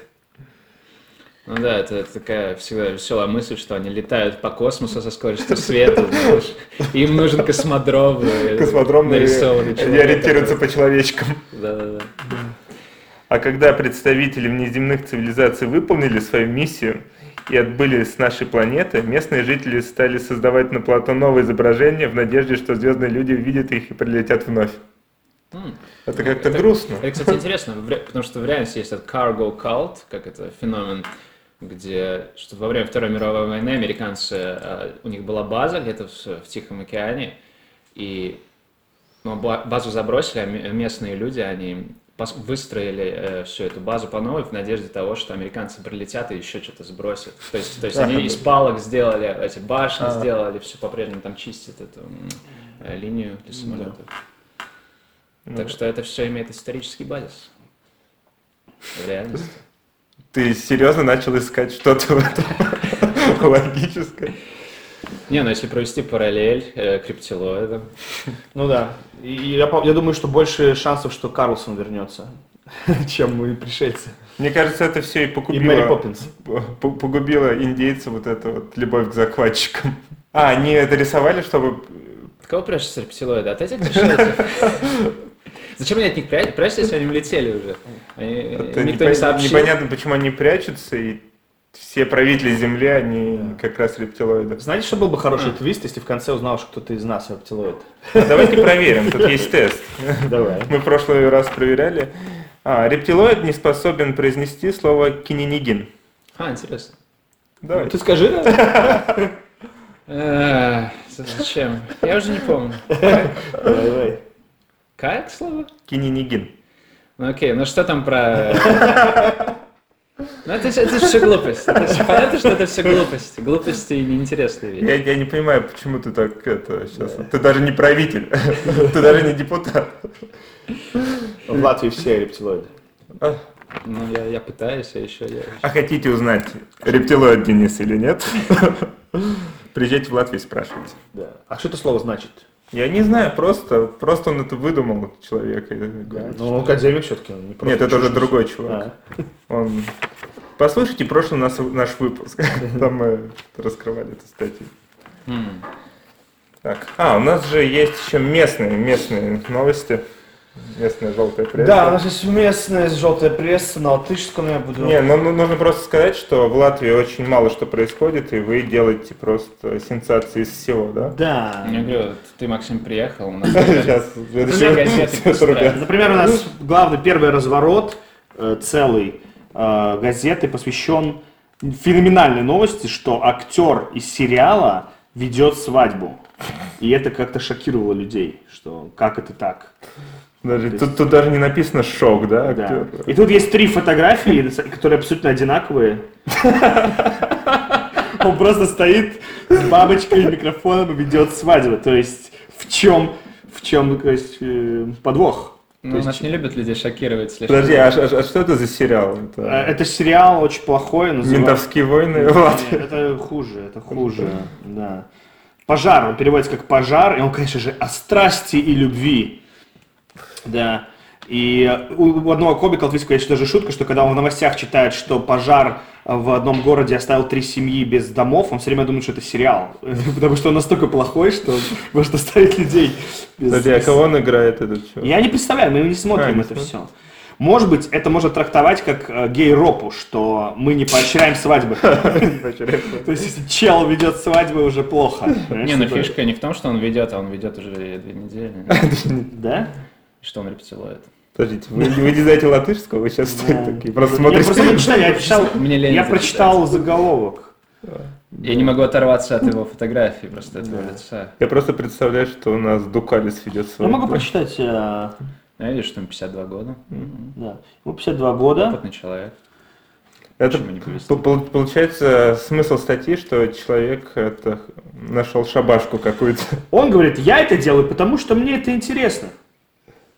[SPEAKER 3] Ну да, это такая всегда веселая мысль, что они летают по космосу со скоростью света, знаешь. Им нужен космодром. э,
[SPEAKER 1] Космодром
[SPEAKER 3] нарисованный
[SPEAKER 1] и
[SPEAKER 3] человек,
[SPEAKER 1] ориентируется
[SPEAKER 3] который-
[SPEAKER 1] по человечкам.
[SPEAKER 3] Да-да-да.
[SPEAKER 1] А когда представители внеземных цивилизаций выполнили свою миссию и отбыли с нашей планеты, местные жители стали создавать на плато новые изображения в надежде, что звездные люди увидят их и прилетят вновь.
[SPEAKER 3] М.
[SPEAKER 1] Это как-то
[SPEAKER 3] это- э,
[SPEAKER 1] грустно.
[SPEAKER 3] Это, кстати, интересно, в ре- потому что в реальности есть этот cargo cult, как это феномен где что во время Второй мировой войны американцы, э, у них была база где-то в, в Тихом океане, и ну, ба- базу забросили, а ме- местные люди, они пос- выстроили э, всю эту базу по новой в надежде того, что американцы прилетят и еще что-то сбросят. То есть, то есть они из палок сделали, эти башни сделали, все по-прежнему там чистят эту м, э, линию для самолетов. Так что это все имеет исторический базис. В реальности.
[SPEAKER 1] Ты серьезно начал искать что-то в этом логическое?
[SPEAKER 3] Не, ну если провести параллель э, криптилоидам,
[SPEAKER 2] Ну да. И я, по- я думаю, что больше шансов, что Карлсон вернется, чем мы пришельцы.
[SPEAKER 1] Мне кажется, это все и
[SPEAKER 2] И Мэри
[SPEAKER 1] погубило,
[SPEAKER 2] Поппинс.
[SPEAKER 1] п- погубило индейцев вот эта вот любовь к захватчикам. А, они это рисовали, чтобы...
[SPEAKER 3] От Кого прячется рептилоиды? От этих пришельцев? Зачем они от них пря- прячутся, если они улетели уже? Они-
[SPEAKER 1] это
[SPEAKER 3] Э, Никто
[SPEAKER 1] непон-
[SPEAKER 3] не сообщил.
[SPEAKER 1] Непонятно, почему они прячутся, и все правители Земли, они как раз рептилоиды.
[SPEAKER 2] Знаете, что был бы хороший твист, если в конце узнал, что кто-то из нас рептилоид?
[SPEAKER 1] А Давайте проверим, тут есть тест.
[SPEAKER 2] Давай.
[SPEAKER 1] Мы в прошлый раз проверяли. А, рептилоид не способен произнести слово кининигин.
[SPEAKER 3] А, интересно. Ну,
[SPEAKER 1] Давай.
[SPEAKER 2] Ты скажи, да?
[SPEAKER 3] Э, Зачем? Я уже не помню.
[SPEAKER 2] Давай.
[SPEAKER 3] Как слово?
[SPEAKER 1] Кининигин.
[SPEAKER 3] Ну окей, ну что там про... Ну это, все глупость. Это всё- понятно, что это все глупости. Глупости и неинтересные вещи.
[SPEAKER 1] Я, я не понимаю, почему ты так это сейчас. Ты даже не правитель, ты даже не депутат.
[SPEAKER 2] В Латвии все рептилоиды.
[SPEAKER 1] А
[SPEAKER 3] Ну я, я пытаюсь, а еще я...
[SPEAKER 1] а хотите узнать, рептилоид Денис или нет? Приезжайте в Латвию и спрашивайте.
[SPEAKER 2] Да. А что это слово значит?
[SPEAKER 1] Я не знаю, просто, просто он это выдумал человек. и говорит,
[SPEAKER 2] Ну, академик все-таки. не просто
[SPEAKER 1] Нет, это уже
[SPEAKER 2] чушь.
[SPEAKER 1] другой чувак.
[SPEAKER 2] А.
[SPEAKER 1] Он... Послушайте прошлый нас, наш выпуск. Там мы раскрывали эту статью.
[SPEAKER 3] М.
[SPEAKER 1] Так. А, у нас же есть еще местные, местные новости. Местная желтая пресса.
[SPEAKER 2] Да, у нас есть местная желтая пресса, на латышском я буду.
[SPEAKER 1] Не, ну ну, нужно просто сказать, что в Латвии очень мало что происходит, и вы делаете просто сенсации из всего, да?
[SPEAKER 2] Да.
[SPEAKER 3] Я говорю, ты, Максим, приехал, у нас
[SPEAKER 1] Сейчас,
[SPEAKER 3] газеты пустая.
[SPEAKER 2] Например, у нас главный первый разворот э, целый э, газеты посвящен феноменальной новости, что актер из сериала ведет свадьбу. И это как-то шокировало людей, что как это так.
[SPEAKER 1] Даже, тут, тут даже не написано шок, да,
[SPEAKER 2] Да.
[SPEAKER 1] актер?
[SPEAKER 2] И тут есть три фотографии, которые абсолютно одинаковые. Он просто стоит с бабочкой, микрофоном и ведет свадьбу. То есть в чем, в чем, то есть э, подвох?
[SPEAKER 3] Ну,
[SPEAKER 2] То есть-
[SPEAKER 3] нас не любят людей шокировать слишком.
[SPEAKER 1] Подожди, а, ш- а ш- а что это за сериал? Это
[SPEAKER 2] Э, Это сериал очень плохой, называется.
[SPEAKER 1] «Ментовские войны» в Латвии?
[SPEAKER 2] Э, Это хуже, это хуже, да. Пожар, он переводится как пожар, и он, конечно же, о страсти и любви. Да. И у у одного комика латвийского есть даже шутка, что когда он в новостях читает, что пожар в одном городе оставил три семьи без домов, он все время думает, что это сериал. Потому что он настолько плохой, что он может оставить людей без
[SPEAKER 1] Подожди, а кого он играет, этот чувак?
[SPEAKER 2] я не представляю, мы не смотрим
[SPEAKER 1] А, не
[SPEAKER 2] это
[SPEAKER 1] смотрим.
[SPEAKER 2] все. Может быть, это можно трактовать как э, гей-ропу, что мы не поощряем свадьбы. То есть, если чел ведет свадьбы, уже плохо. типа,
[SPEAKER 3] Не, ну фишка не в том, что он ведет, а он ведет уже две недели.
[SPEAKER 2] Да?
[SPEAKER 3] Что он рептилоид.
[SPEAKER 1] Подождите, вы, вы не знаете латышского? Вы сейчас
[SPEAKER 2] Да.
[SPEAKER 1] такие, просто
[SPEAKER 2] Я
[SPEAKER 1] смотрите.
[SPEAKER 2] просто не читаю, я прочитал-
[SPEAKER 3] Мне лень
[SPEAKER 2] я
[SPEAKER 3] это
[SPEAKER 2] прочитал заголовок.
[SPEAKER 3] Я не могу оторваться от его фотографии, просто от его лица.
[SPEAKER 1] Я просто представляю, что у нас Дукалис ведет
[SPEAKER 2] Я
[SPEAKER 1] свой.
[SPEAKER 2] могу прочитать, э,
[SPEAKER 3] Ну, Я вижу, что ему 52 года. М,
[SPEAKER 2] да. Ему 52 года.
[SPEAKER 3] Опытный человек.
[SPEAKER 1] Это
[SPEAKER 3] Почему не повезло?
[SPEAKER 1] пол- пол- получается смысл статьи, что человек это, нашел шабашку какую-то,
[SPEAKER 2] Он говорит, я это делаю, потому что мне это интересно.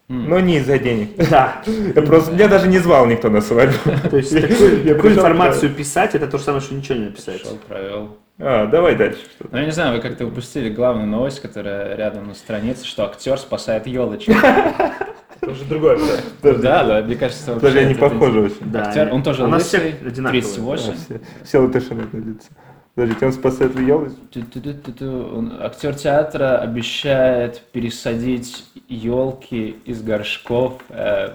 [SPEAKER 1] но не из-за денег.
[SPEAKER 2] Да.
[SPEAKER 1] Я просто, меня даже не звал никто на свадьбу.
[SPEAKER 2] То есть,
[SPEAKER 1] Я
[SPEAKER 2] такую такую
[SPEAKER 1] прочитал,
[SPEAKER 2] информацию писать, это то же самое, что ничего не написать.
[SPEAKER 3] Шел, провел.
[SPEAKER 1] А, давай дальше. что
[SPEAKER 3] Ну, я не знаю, вы как-то упустили главную новость, которая рядом на странице, что актер спасает елочку.
[SPEAKER 2] Это уже другое.
[SPEAKER 3] Да, да, мне кажется, вообще...
[SPEAKER 1] Даже не
[SPEAKER 3] это- это-
[SPEAKER 1] похоже очень.
[SPEAKER 2] Да,
[SPEAKER 3] Актер, он тоже
[SPEAKER 2] у нас
[SPEAKER 3] лысый,
[SPEAKER 2] всех одинаковые.
[SPEAKER 3] 38.
[SPEAKER 1] Все, все латыши находятся. Подождите, он спасает елочку?
[SPEAKER 3] Ту-ту-ту-ту-ту. Он- Актер театра обещает пересадить елки из горшков э,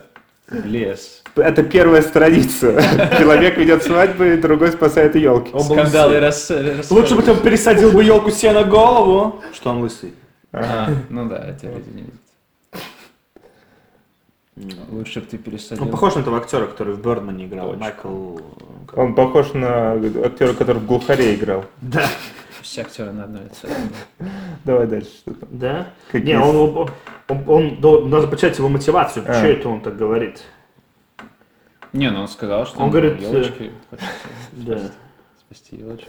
[SPEAKER 3] в лес.
[SPEAKER 1] Это первая страница. Человек ведет свадьбу, и другой спасает елки.
[SPEAKER 3] Скандал и рас... рас-
[SPEAKER 2] Лучше бы ты пересадил бы елку себе на голову. Что он лысый?
[SPEAKER 3] А, ну да, это люди не видят. Лучше бы ты пересадил.
[SPEAKER 2] Он похож на того актера, который в Бердмане играл,
[SPEAKER 3] Точно.
[SPEAKER 2] Майкл... э,
[SPEAKER 1] Он похож на актера, который в «Глухаре» играл.
[SPEAKER 2] Да.
[SPEAKER 3] Все актеры на одно лицо.
[SPEAKER 1] Давай дальше. что там.
[SPEAKER 2] Да?
[SPEAKER 1] Какие-
[SPEAKER 2] Не, он, он, он- он- до- надо почитать его мотивацию,
[SPEAKER 1] А.
[SPEAKER 2] почему это он так говорит.
[SPEAKER 3] Не, ну он сказал, что
[SPEAKER 2] Он говорит, э,
[SPEAKER 3] елочки хочет
[SPEAKER 2] Да.
[SPEAKER 3] спасти елочки.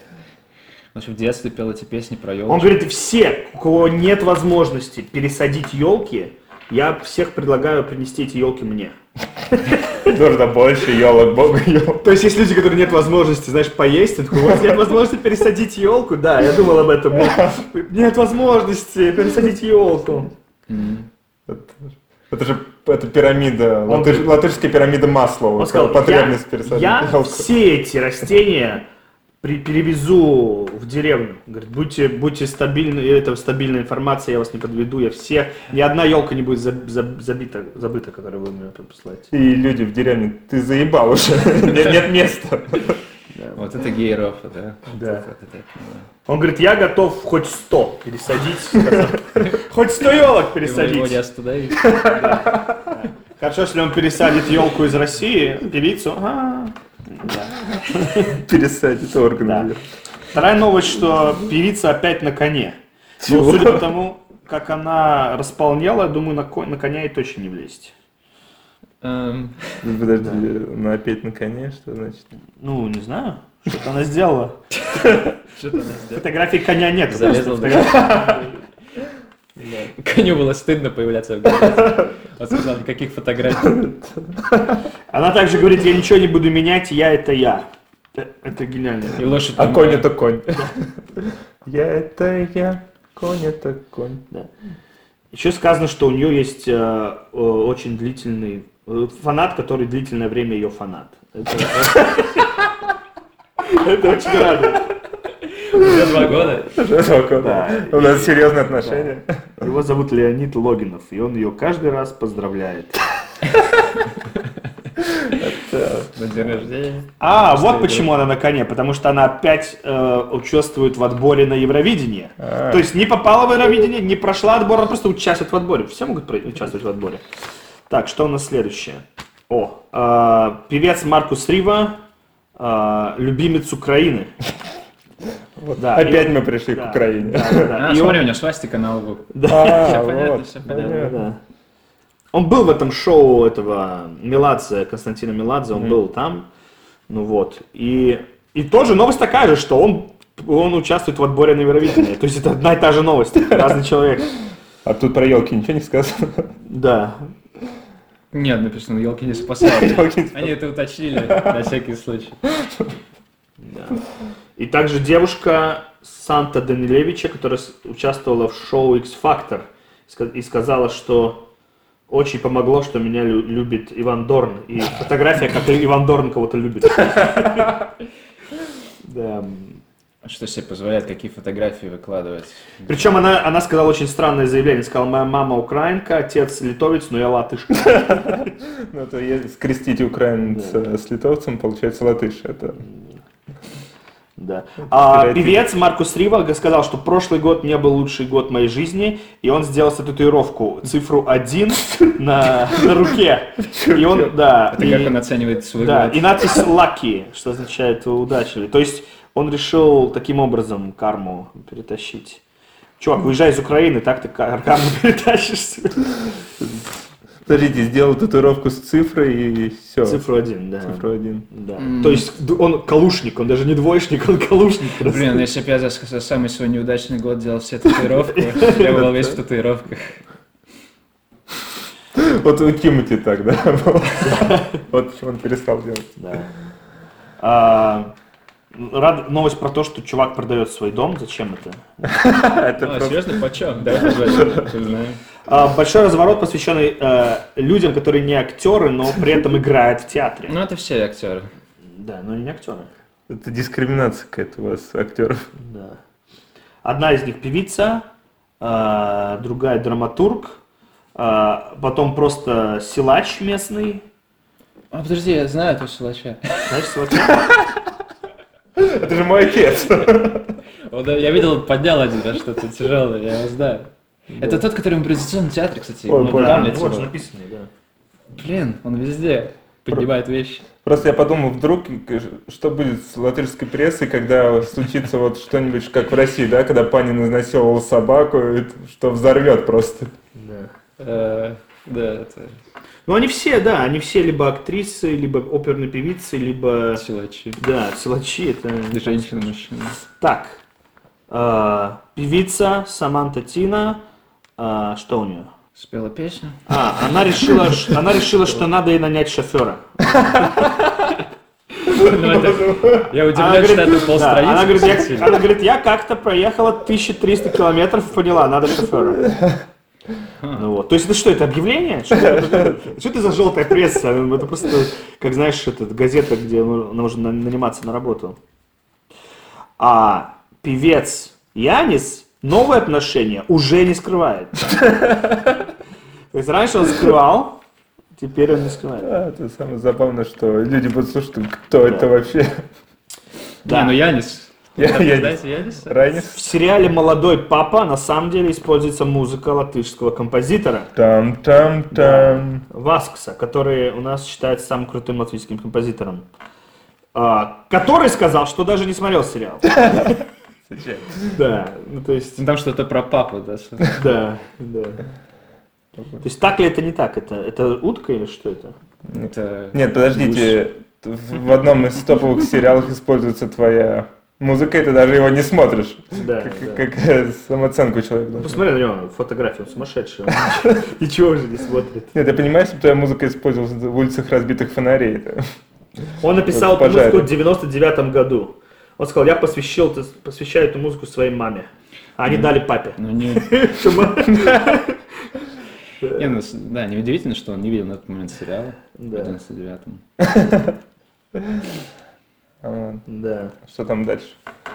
[SPEAKER 3] Он еще в детстве пел эти песни про елочки.
[SPEAKER 2] Он говорит, все, у кого нет возможности пересадить елки, я всех предлагаю принести эти елки мне.
[SPEAKER 1] Нужно больше елок, богу елок.
[SPEAKER 2] То есть есть люди, которые нет возможности, знаешь, поесть, он такой, у вас нет возможности пересадить елку, да, я думал об этом. Нет возможности пересадить елку.
[SPEAKER 3] Мгм.
[SPEAKER 1] Это же это пирамида,
[SPEAKER 2] Он-
[SPEAKER 1] латыш- латышская пирамида Маслоу.
[SPEAKER 2] Он сказал,
[SPEAKER 1] потребность
[SPEAKER 2] я,
[SPEAKER 1] пересадить
[SPEAKER 2] я
[SPEAKER 1] елку».
[SPEAKER 2] все эти растения при- перевезу в деревню. Говорит, будьте, будьте стабильны, и это стабильная информация, я вас не подведу, я все, ни одна елка не будет за- за- забита, забыта, которую вы мне посылаете.
[SPEAKER 1] И люди в деревне, ты заебал уже, нет, нет места.
[SPEAKER 3] Вот это гейрофа, да?
[SPEAKER 2] Да.
[SPEAKER 3] Вот это я понимаю.
[SPEAKER 2] Он говорит, я готов хоть 100 пересадить. Хоть 100 елок
[SPEAKER 3] Его- его не
[SPEAKER 2] пересадить.
[SPEAKER 3] остановить.
[SPEAKER 2] Хорошо, если он пересадит елку из России, певицу. А.
[SPEAKER 1] Пересадит
[SPEAKER 2] Да.
[SPEAKER 1] органы.
[SPEAKER 2] Вторая новость, что певица опять на коне. Но
[SPEAKER 1] Чего?
[SPEAKER 2] Ну, судя по тому, как она располнела, я думаю, на, ко- на коня и точно не влезть.
[SPEAKER 3] Эм,
[SPEAKER 1] Подожди, ну опять на коне, что значит?
[SPEAKER 2] Ну, не знаю, что она сделала.
[SPEAKER 3] Что-то она сделала.
[SPEAKER 2] Фотографий коня нет.
[SPEAKER 3] Залезла в
[SPEAKER 2] просто фотографии.
[SPEAKER 3] Коню было стыдно появляться в городе. Особенно никаких фотографий.
[SPEAKER 2] Она также говорит, я ничего не буду менять, я это я. Э, Это гениально.
[SPEAKER 3] И лошадь...
[SPEAKER 1] А
[SPEAKER 3] там-
[SPEAKER 1] конь это конь. Я это я, конь это конь.
[SPEAKER 2] Еще сказано, что у нее есть э, э, очень длительный э, фанат, который длительное время ее фанат. Это э, это очень радует.
[SPEAKER 3] Уже два года.
[SPEAKER 1] Жалко,
[SPEAKER 2] Да.
[SPEAKER 1] да. У нас серьезные отношения.
[SPEAKER 2] Его зовут Леонид Логинов, и он ее каждый раз поздравляет.
[SPEAKER 3] На день рождения.
[SPEAKER 2] А, вот почему она на коне, потому что она опять э, участвует в отборе на Евровидении.
[SPEAKER 1] А.
[SPEAKER 2] То есть не попала в Евровидение, не прошла отбор, она просто участвует в отборе. Все могут про- участвовать в отборе. Так, что у нас следующее? О, э, певец Маркус Рива, э, любимец Украины. Да,
[SPEAKER 1] Опять
[SPEAKER 2] и-
[SPEAKER 1] мы пришли
[SPEAKER 2] да,
[SPEAKER 1] к Украине.
[SPEAKER 2] да, да, да.
[SPEAKER 3] А,
[SPEAKER 2] И
[SPEAKER 3] смотри, у
[SPEAKER 2] он-
[SPEAKER 3] него свастика на лбу.
[SPEAKER 1] А,
[SPEAKER 3] Всё понятно,
[SPEAKER 1] вот,
[SPEAKER 3] всё понятно.
[SPEAKER 2] Да. Он был в этом шоу этого Меладзе, Константина Меладзе, он был там. Ну вот. И, и тоже новость такая же, что он, он участвует в отборе на Евровидении. То есть это одна и та же новость, разный человек.
[SPEAKER 1] А тут про елки ничего не сказано.
[SPEAKER 2] Да.
[SPEAKER 3] Нет, написано, «Ну, елки не спасают.
[SPEAKER 1] Ёлки не спасают.
[SPEAKER 3] Они это уточнили на всякий случай.
[SPEAKER 2] И также девушка Санта Данилевича, которая с- участвовала в шоу X-Factor, ска- и сказала, что очень помогло, что меня лю- любит Иван Дорн. И фотография, как Иван Дорн кого-то любит. Да.
[SPEAKER 3] А Что себе позволяет, какие фотографии выкладывать?
[SPEAKER 2] Причем она, она сказала очень странное заявление. Сказала, моя мама украинка, отец литовец, но я латышка.
[SPEAKER 1] Ну, это если скрестить украинца с литовцем, получается латыш. Это
[SPEAKER 2] Да. А
[SPEAKER 1] Креатив.
[SPEAKER 2] певец Маркус Рива г- сказал, что прошлый год не был лучший год моей жизни, и он сделал себе татуировку цифру 1 на, на руке. И он, да,
[SPEAKER 3] Это как
[SPEAKER 2] и,
[SPEAKER 3] он оценивает свой
[SPEAKER 2] да, и
[SPEAKER 3] год?
[SPEAKER 2] надпись lucky, что означает удачили. То есть он решил таким образом карму перетащить. Чувак, выезжай из Украины, так ты кар- карму перетащишь себе.
[SPEAKER 1] Подождите, сделал татуировку с цифрой и все.
[SPEAKER 2] Цифру 1, да.
[SPEAKER 1] Цифру один.
[SPEAKER 2] Да. То есть д- он калушник, он даже не двоечник, он калушник. просто.
[SPEAKER 3] Ну, Блин, если бы я за за самый свой неудачный год делал все татуировки, я был весь в татуировках.
[SPEAKER 1] Вот у Тимати так, да? было. Вот почему он перестал делать.
[SPEAKER 2] Да. А, рад- новость про то, что чувак продает свой дом. Зачем это?
[SPEAKER 1] Это
[SPEAKER 3] А,
[SPEAKER 1] просто-
[SPEAKER 3] серьезно, почем? Да, знаем.
[SPEAKER 2] А, большой разворот, посвященный э, людям, которые не актеры, но при этом играют в театре.
[SPEAKER 3] Ну, это все актеры.
[SPEAKER 2] Да, но не актеры.
[SPEAKER 1] Это дискриминация какая-то у вас, актеров.
[SPEAKER 2] Да. Одна из них певица, э, другая драматург, э, потом просто силач местный.
[SPEAKER 3] А, подожди, я знаю этого силача.
[SPEAKER 2] Знаешь, силач?
[SPEAKER 1] Это же мой отец.
[SPEAKER 3] Вот Я видел, он поднял один раз что-то тяжелое, я его знаю. Это тот, который в импровизационном театре, кстати,
[SPEAKER 1] Ой,
[SPEAKER 3] много
[SPEAKER 1] понял.
[SPEAKER 2] Ну, Да,
[SPEAKER 3] Гамлете
[SPEAKER 2] вот же
[SPEAKER 3] было.
[SPEAKER 2] написано, да.
[SPEAKER 3] Блин, он везде поднимает вещи.
[SPEAKER 1] Просто я подумал, вдруг, к- что будет с латышской прессой, когда случится вот что-нибудь, как в России, да, когда Панин изнасиловал собаку, и что взорвет просто.
[SPEAKER 2] Да.
[SPEAKER 3] Э, Да, это
[SPEAKER 2] Ну, они все, да, они все либо актрисы, либо оперные певицы, либо...
[SPEAKER 3] силачи.
[SPEAKER 2] Да, силачи, это...
[SPEAKER 3] Женщина, мужчина.
[SPEAKER 2] Так, а, певица Саманта Тина, а, что у нее?
[SPEAKER 3] Спела песню.
[SPEAKER 2] А, она решила, ш- она решила, что надо ей нанять шофера.
[SPEAKER 3] Я
[SPEAKER 2] Она
[SPEAKER 3] удивляюсь,
[SPEAKER 2] говорит,
[SPEAKER 3] что это
[SPEAKER 2] да, она говорит,
[SPEAKER 3] полстраницы.
[SPEAKER 2] я, она говорит, я как-то проехала 1300 километров, поняла, надо шофера. Ну вот. То есть это что, это объявление? Что это, что это за желтая пресса? Это просто, как знаешь, это газета, где ну- нужно наниматься на работу. А певец Янис новые отношения уже не скрывает. То есть раньше он скрывал, теперь он не скрывает.
[SPEAKER 1] А, это самое забавное, что люди будут слушать, кто это вообще?
[SPEAKER 3] Да,
[SPEAKER 2] Да.
[SPEAKER 3] ну Янис.
[SPEAKER 1] Я,
[SPEAKER 3] Вы
[SPEAKER 1] я не-
[SPEAKER 3] знаете Яниса?
[SPEAKER 1] Ранис?
[SPEAKER 2] В сериале «Молодой папа» на самом деле используется музыка латышского композитора
[SPEAKER 1] Там-там-там.
[SPEAKER 2] Васкса, который у нас считается самым крутым латвийским композитором, а, который сказал, что даже не смотрел сериал. Да, ну то есть,
[SPEAKER 3] Ну, Там что-то про папу, да? что-
[SPEAKER 2] да, да. То есть так ли это не так? Это, это утка или что это?
[SPEAKER 3] Это-
[SPEAKER 1] Нет, подождите, в в одном из топовых сериалов используется твоя музыка, и ты даже его не смотришь.
[SPEAKER 2] Да,
[SPEAKER 1] Как,
[SPEAKER 2] да.
[SPEAKER 1] как, э, самооценку человека. должна.
[SPEAKER 2] Посмотри на него, фотографию, он сумасшедший. он Ничего уже не смотрит.
[SPEAKER 1] Нет, я понимаю, если бы твоя музыка использовалась в улицах разбитых фонарей. это-
[SPEAKER 2] Он написал эту
[SPEAKER 1] Пожарил.
[SPEAKER 2] музыку в 99 году. Он сказал, я посвящал, это- посвящаю эту музыку своей маме. А они дали папе.
[SPEAKER 3] Ну, не... не, ну, с- да, неудивительно, что он не видел на этот момент сериала в
[SPEAKER 2] Да.
[SPEAKER 3] 99-м.
[SPEAKER 1] А,
[SPEAKER 2] Да.
[SPEAKER 1] Что там дальше?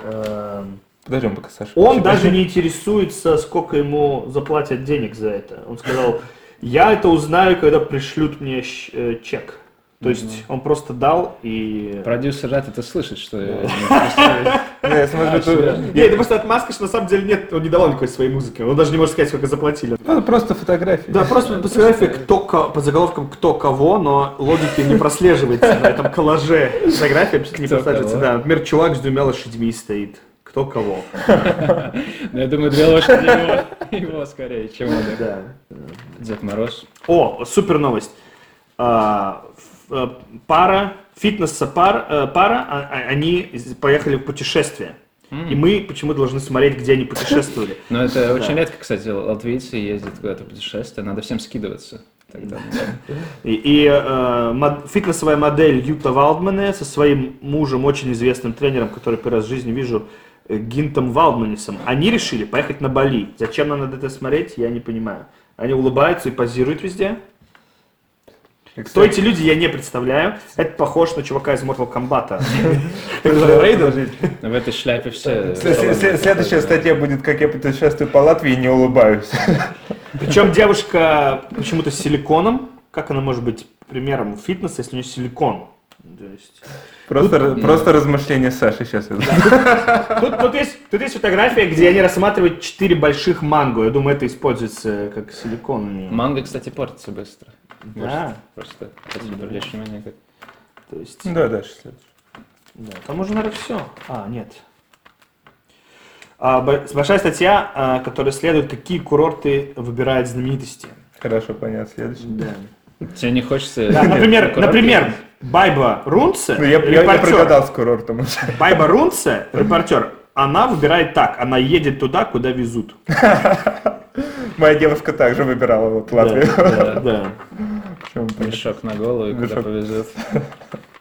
[SPEAKER 2] Эм,
[SPEAKER 1] Подождем пока, Саша.
[SPEAKER 2] Он даже не интересуется, сколько ему заплатят денег за это. Он сказал, я это узнаю, когда пришлют мне щ- э, чек. То есть он просто дал и...
[SPEAKER 3] Продюсер рад это слышать, что... я не представляю.
[SPEAKER 1] Не, Я смотрю,
[SPEAKER 3] Дальше,
[SPEAKER 1] тут-
[SPEAKER 3] да.
[SPEAKER 2] Нет, это просто отмазка, что на самом деле нет, он не давал никакой своей музыки. Он даже не может сказать, сколько заплатили.
[SPEAKER 1] Ну, Просто фотографии.
[SPEAKER 2] Да, просто по фотографии кто ко- по заголовкам кто кого, но логики не прослеживается на этом коллаже. Фотография абсолютно не
[SPEAKER 3] Кто
[SPEAKER 2] прослеживается.
[SPEAKER 3] кого.
[SPEAKER 2] Да, например, чувак с двумя лошадьми стоит. Кто кого.
[SPEAKER 3] Но Ну, я думаю, две лошади его, его скорее, чем он.
[SPEAKER 2] Да.
[SPEAKER 3] Дед Мороз.
[SPEAKER 2] О, супер новость. А, ф- э, Пара, фитнес-пара, пара, а- а- они из- поехали в путешествие. И мы почему должны смотреть, где они путешествовали.
[SPEAKER 3] Но Ну, это очень редко, кстати, латвийцы ездят куда-то в путешествие, надо всем скидываться. Тогда,
[SPEAKER 2] И, и, э, мод- фитнесовая модель Юта Валдмане со своим мужем, очень известным тренером, который первый раз в жизни вижу, э, Гинтом Валдманисом, они решили поехать на Бали. Зачем нам надо это смотреть, я не понимаю. Они улыбаются и позируют везде. Кто эти люди, я не представляю. Это похож на чувака из Mortal Kombat.
[SPEAKER 3] В этой шляпе все...
[SPEAKER 1] Следующая статья будет, как я путешествую по Латвии и не улыбаюсь.
[SPEAKER 2] Причем девушка почему-то с силиконом. Как она может быть примером фитнеса, если у нее силикон? То есть-
[SPEAKER 1] Просто, просто размышления Саши сейчас.
[SPEAKER 2] Тут, тут есть, тут есть фотография, где они рассматривают четыре больших манго. Я думаю, это используется как силикон. у неё.
[SPEAKER 3] Манго, кстати, портится быстро.
[SPEAKER 2] Да.
[SPEAKER 3] Просто хотел привлечь внимание. как-
[SPEAKER 2] То есть,
[SPEAKER 1] Да, дальше следующий.
[SPEAKER 2] да, там уже, наверное, все. А, нет. А, бо- большая статья, а, которая следует, какие курорты выбирают знаменитости.
[SPEAKER 1] Хорошо, понятно, следующий.
[SPEAKER 3] Тебе не хочется...
[SPEAKER 2] Да, например,
[SPEAKER 3] аккуратно.
[SPEAKER 2] например, Байба Рунце,
[SPEAKER 1] Ну, я, я, я
[SPEAKER 2] репортер.
[SPEAKER 1] прогадал с курортом уже.
[SPEAKER 2] Байба Рунце, репортер, она выбирает так, она едет туда, куда везут.
[SPEAKER 1] Моя девушка также выбирала вот Латвию.
[SPEAKER 2] Да, да.
[SPEAKER 1] Почему понятно?
[SPEAKER 3] Мешок на голову, и куда
[SPEAKER 1] Мешок.
[SPEAKER 3] повезет.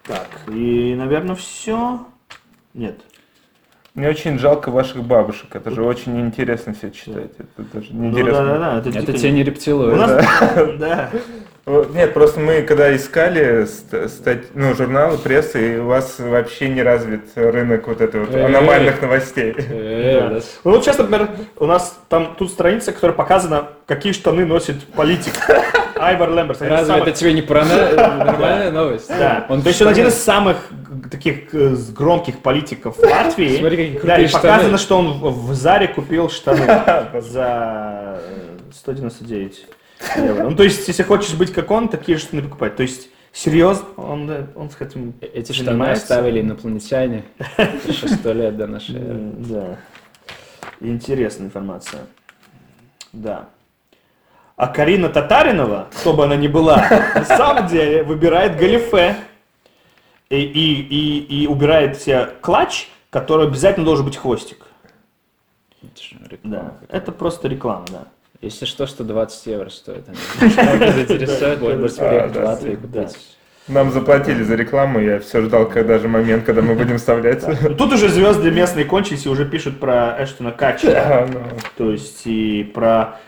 [SPEAKER 2] Так, и, наверное, все. Нет.
[SPEAKER 1] Мне очень жалко ваших бабушек. Это же очень интересно все читать. Это даже неинтересно.
[SPEAKER 2] Ну да, да,
[SPEAKER 3] Это тебе не рептилоид.
[SPEAKER 2] типа У нас, да.
[SPEAKER 1] Вот, Э, Нет, просто мы когда искали ст- стать- ну, журналы, прессы, и у вас вообще не развит рынок вот этого вот
[SPEAKER 3] Э-э.
[SPEAKER 1] аномальных новостей.
[SPEAKER 3] Э, да.
[SPEAKER 2] Ну вот сейчас, например, у нас там тут страница, которая показана, какие штаны носит политик. Айвар Лемберс. один из
[SPEAKER 3] Разве
[SPEAKER 2] самых-
[SPEAKER 3] это тебе не про э, нормальная новость?
[SPEAKER 2] Да.
[SPEAKER 3] Он
[SPEAKER 2] То есть он
[SPEAKER 3] штаны-
[SPEAKER 2] один из самых г- таких э, с- громких политиков Латвии.
[SPEAKER 3] Смотри, какие
[SPEAKER 2] Да,
[SPEAKER 3] крутые
[SPEAKER 2] и
[SPEAKER 3] штаны.
[SPEAKER 2] показано, что он в в Заре купил штаны за э, 199. евро. Ну, то есть, если хочешь быть как он, такие штаны покупать. То есть, серьезно, он, да, он с этим
[SPEAKER 3] Э- Эти штаны
[SPEAKER 2] занимается.
[SPEAKER 3] оставили инопланетяне еще сто лет до нашей эры.
[SPEAKER 2] М, Да. Интересная информация. Да. А Карина Татаринова, кто бы она ни была, на самом деле выбирает галифе. И, и, и, и убирает все клатч, который обязательно должен быть хвостик.
[SPEAKER 3] Это ж
[SPEAKER 2] Да.
[SPEAKER 3] реклама.
[SPEAKER 2] Это просто реклама, да.
[SPEAKER 3] Если что, 120 евро стоит. они. Кого-то заинтересует, может быть,
[SPEAKER 1] Да,
[SPEAKER 3] приехать в
[SPEAKER 1] да,
[SPEAKER 3] Латвию и
[SPEAKER 2] да.
[SPEAKER 3] купить.
[SPEAKER 1] Нам заплатили за рекламу, я все ждал, когда же момент, когда мы будем вставлять.
[SPEAKER 2] Ну, Тут уже звезды местные кончились и уже пишут про Эштона Катчера.
[SPEAKER 1] Да, ну,
[SPEAKER 2] То есть и про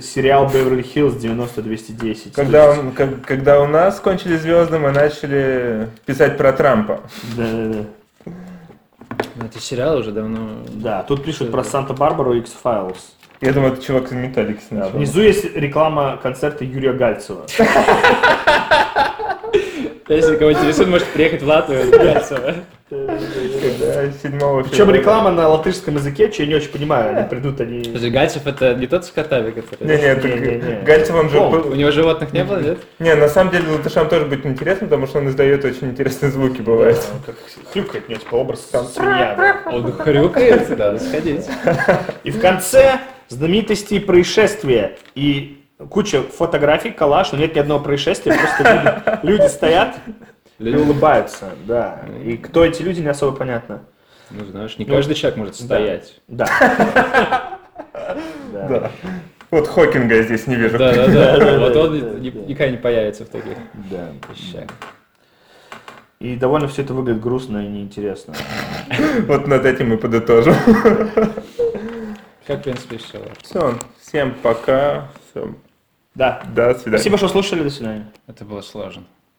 [SPEAKER 2] сериал Беверли-Хиллз 90-210.
[SPEAKER 1] Когда,
[SPEAKER 2] То есть-
[SPEAKER 1] он- как- когда у нас кончили звезды, мы начали писать про Трампа.
[SPEAKER 2] Да-да-да.
[SPEAKER 3] Ну, Это сериал уже давно...
[SPEAKER 2] Да, тут пишут про Санта-Барбару и X-Files.
[SPEAKER 1] Я думаю, это чувак из Металлики сначала.
[SPEAKER 2] Внизу есть реклама концерта Юрия Гальцева.
[SPEAKER 3] Если кого интересует, может приехать в Латвию. Гальцева.
[SPEAKER 1] Да, 7
[SPEAKER 2] Причем
[SPEAKER 1] февраля.
[SPEAKER 2] реклама на латышском языке, что я не очень понимаю. Они придут, они...
[SPEAKER 3] Подожди, Гальцев это не тот с котами, который...
[SPEAKER 1] Не, не, это
[SPEAKER 2] Не-не-не.
[SPEAKER 1] Гальцев, он же...
[SPEAKER 2] О.
[SPEAKER 1] был-
[SPEAKER 3] У него животных не было, нет?
[SPEAKER 1] Не, на самом деле латышам тоже будет интересно, потому что он издает очень интересные звуки, бывает.
[SPEAKER 2] Ну, Как хрюкает, мне типа образ свинья. да.
[SPEAKER 3] Он хрюкает, надо сходить.
[SPEAKER 2] И в конце знаменитости и происшествия. И куча фотографий, коллаж, но нет ни одного происшествия, просто люди, люди стоят и улыбаются, да. И кто эти люди, не особо понятно.
[SPEAKER 3] Ну, знаешь, не каждый человек может стоять.
[SPEAKER 2] Да. Да.
[SPEAKER 1] Да. Вот Хокинга я здесь не вижу.
[SPEAKER 3] Да, да, да. Вот
[SPEAKER 2] да,
[SPEAKER 3] он ни-
[SPEAKER 2] да.
[SPEAKER 3] никогда не появится в таких
[SPEAKER 2] Да.
[SPEAKER 3] вещах.
[SPEAKER 2] И довольно все это выглядит грустно и неинтересно.
[SPEAKER 1] Вот над этим и подытожим.
[SPEAKER 3] Как, в принципе, все.
[SPEAKER 1] Все, всем пока. Всё,
[SPEAKER 2] Да.
[SPEAKER 1] До свидания.
[SPEAKER 2] Спасибо, что слушали. До свидания.
[SPEAKER 3] Это было сложно.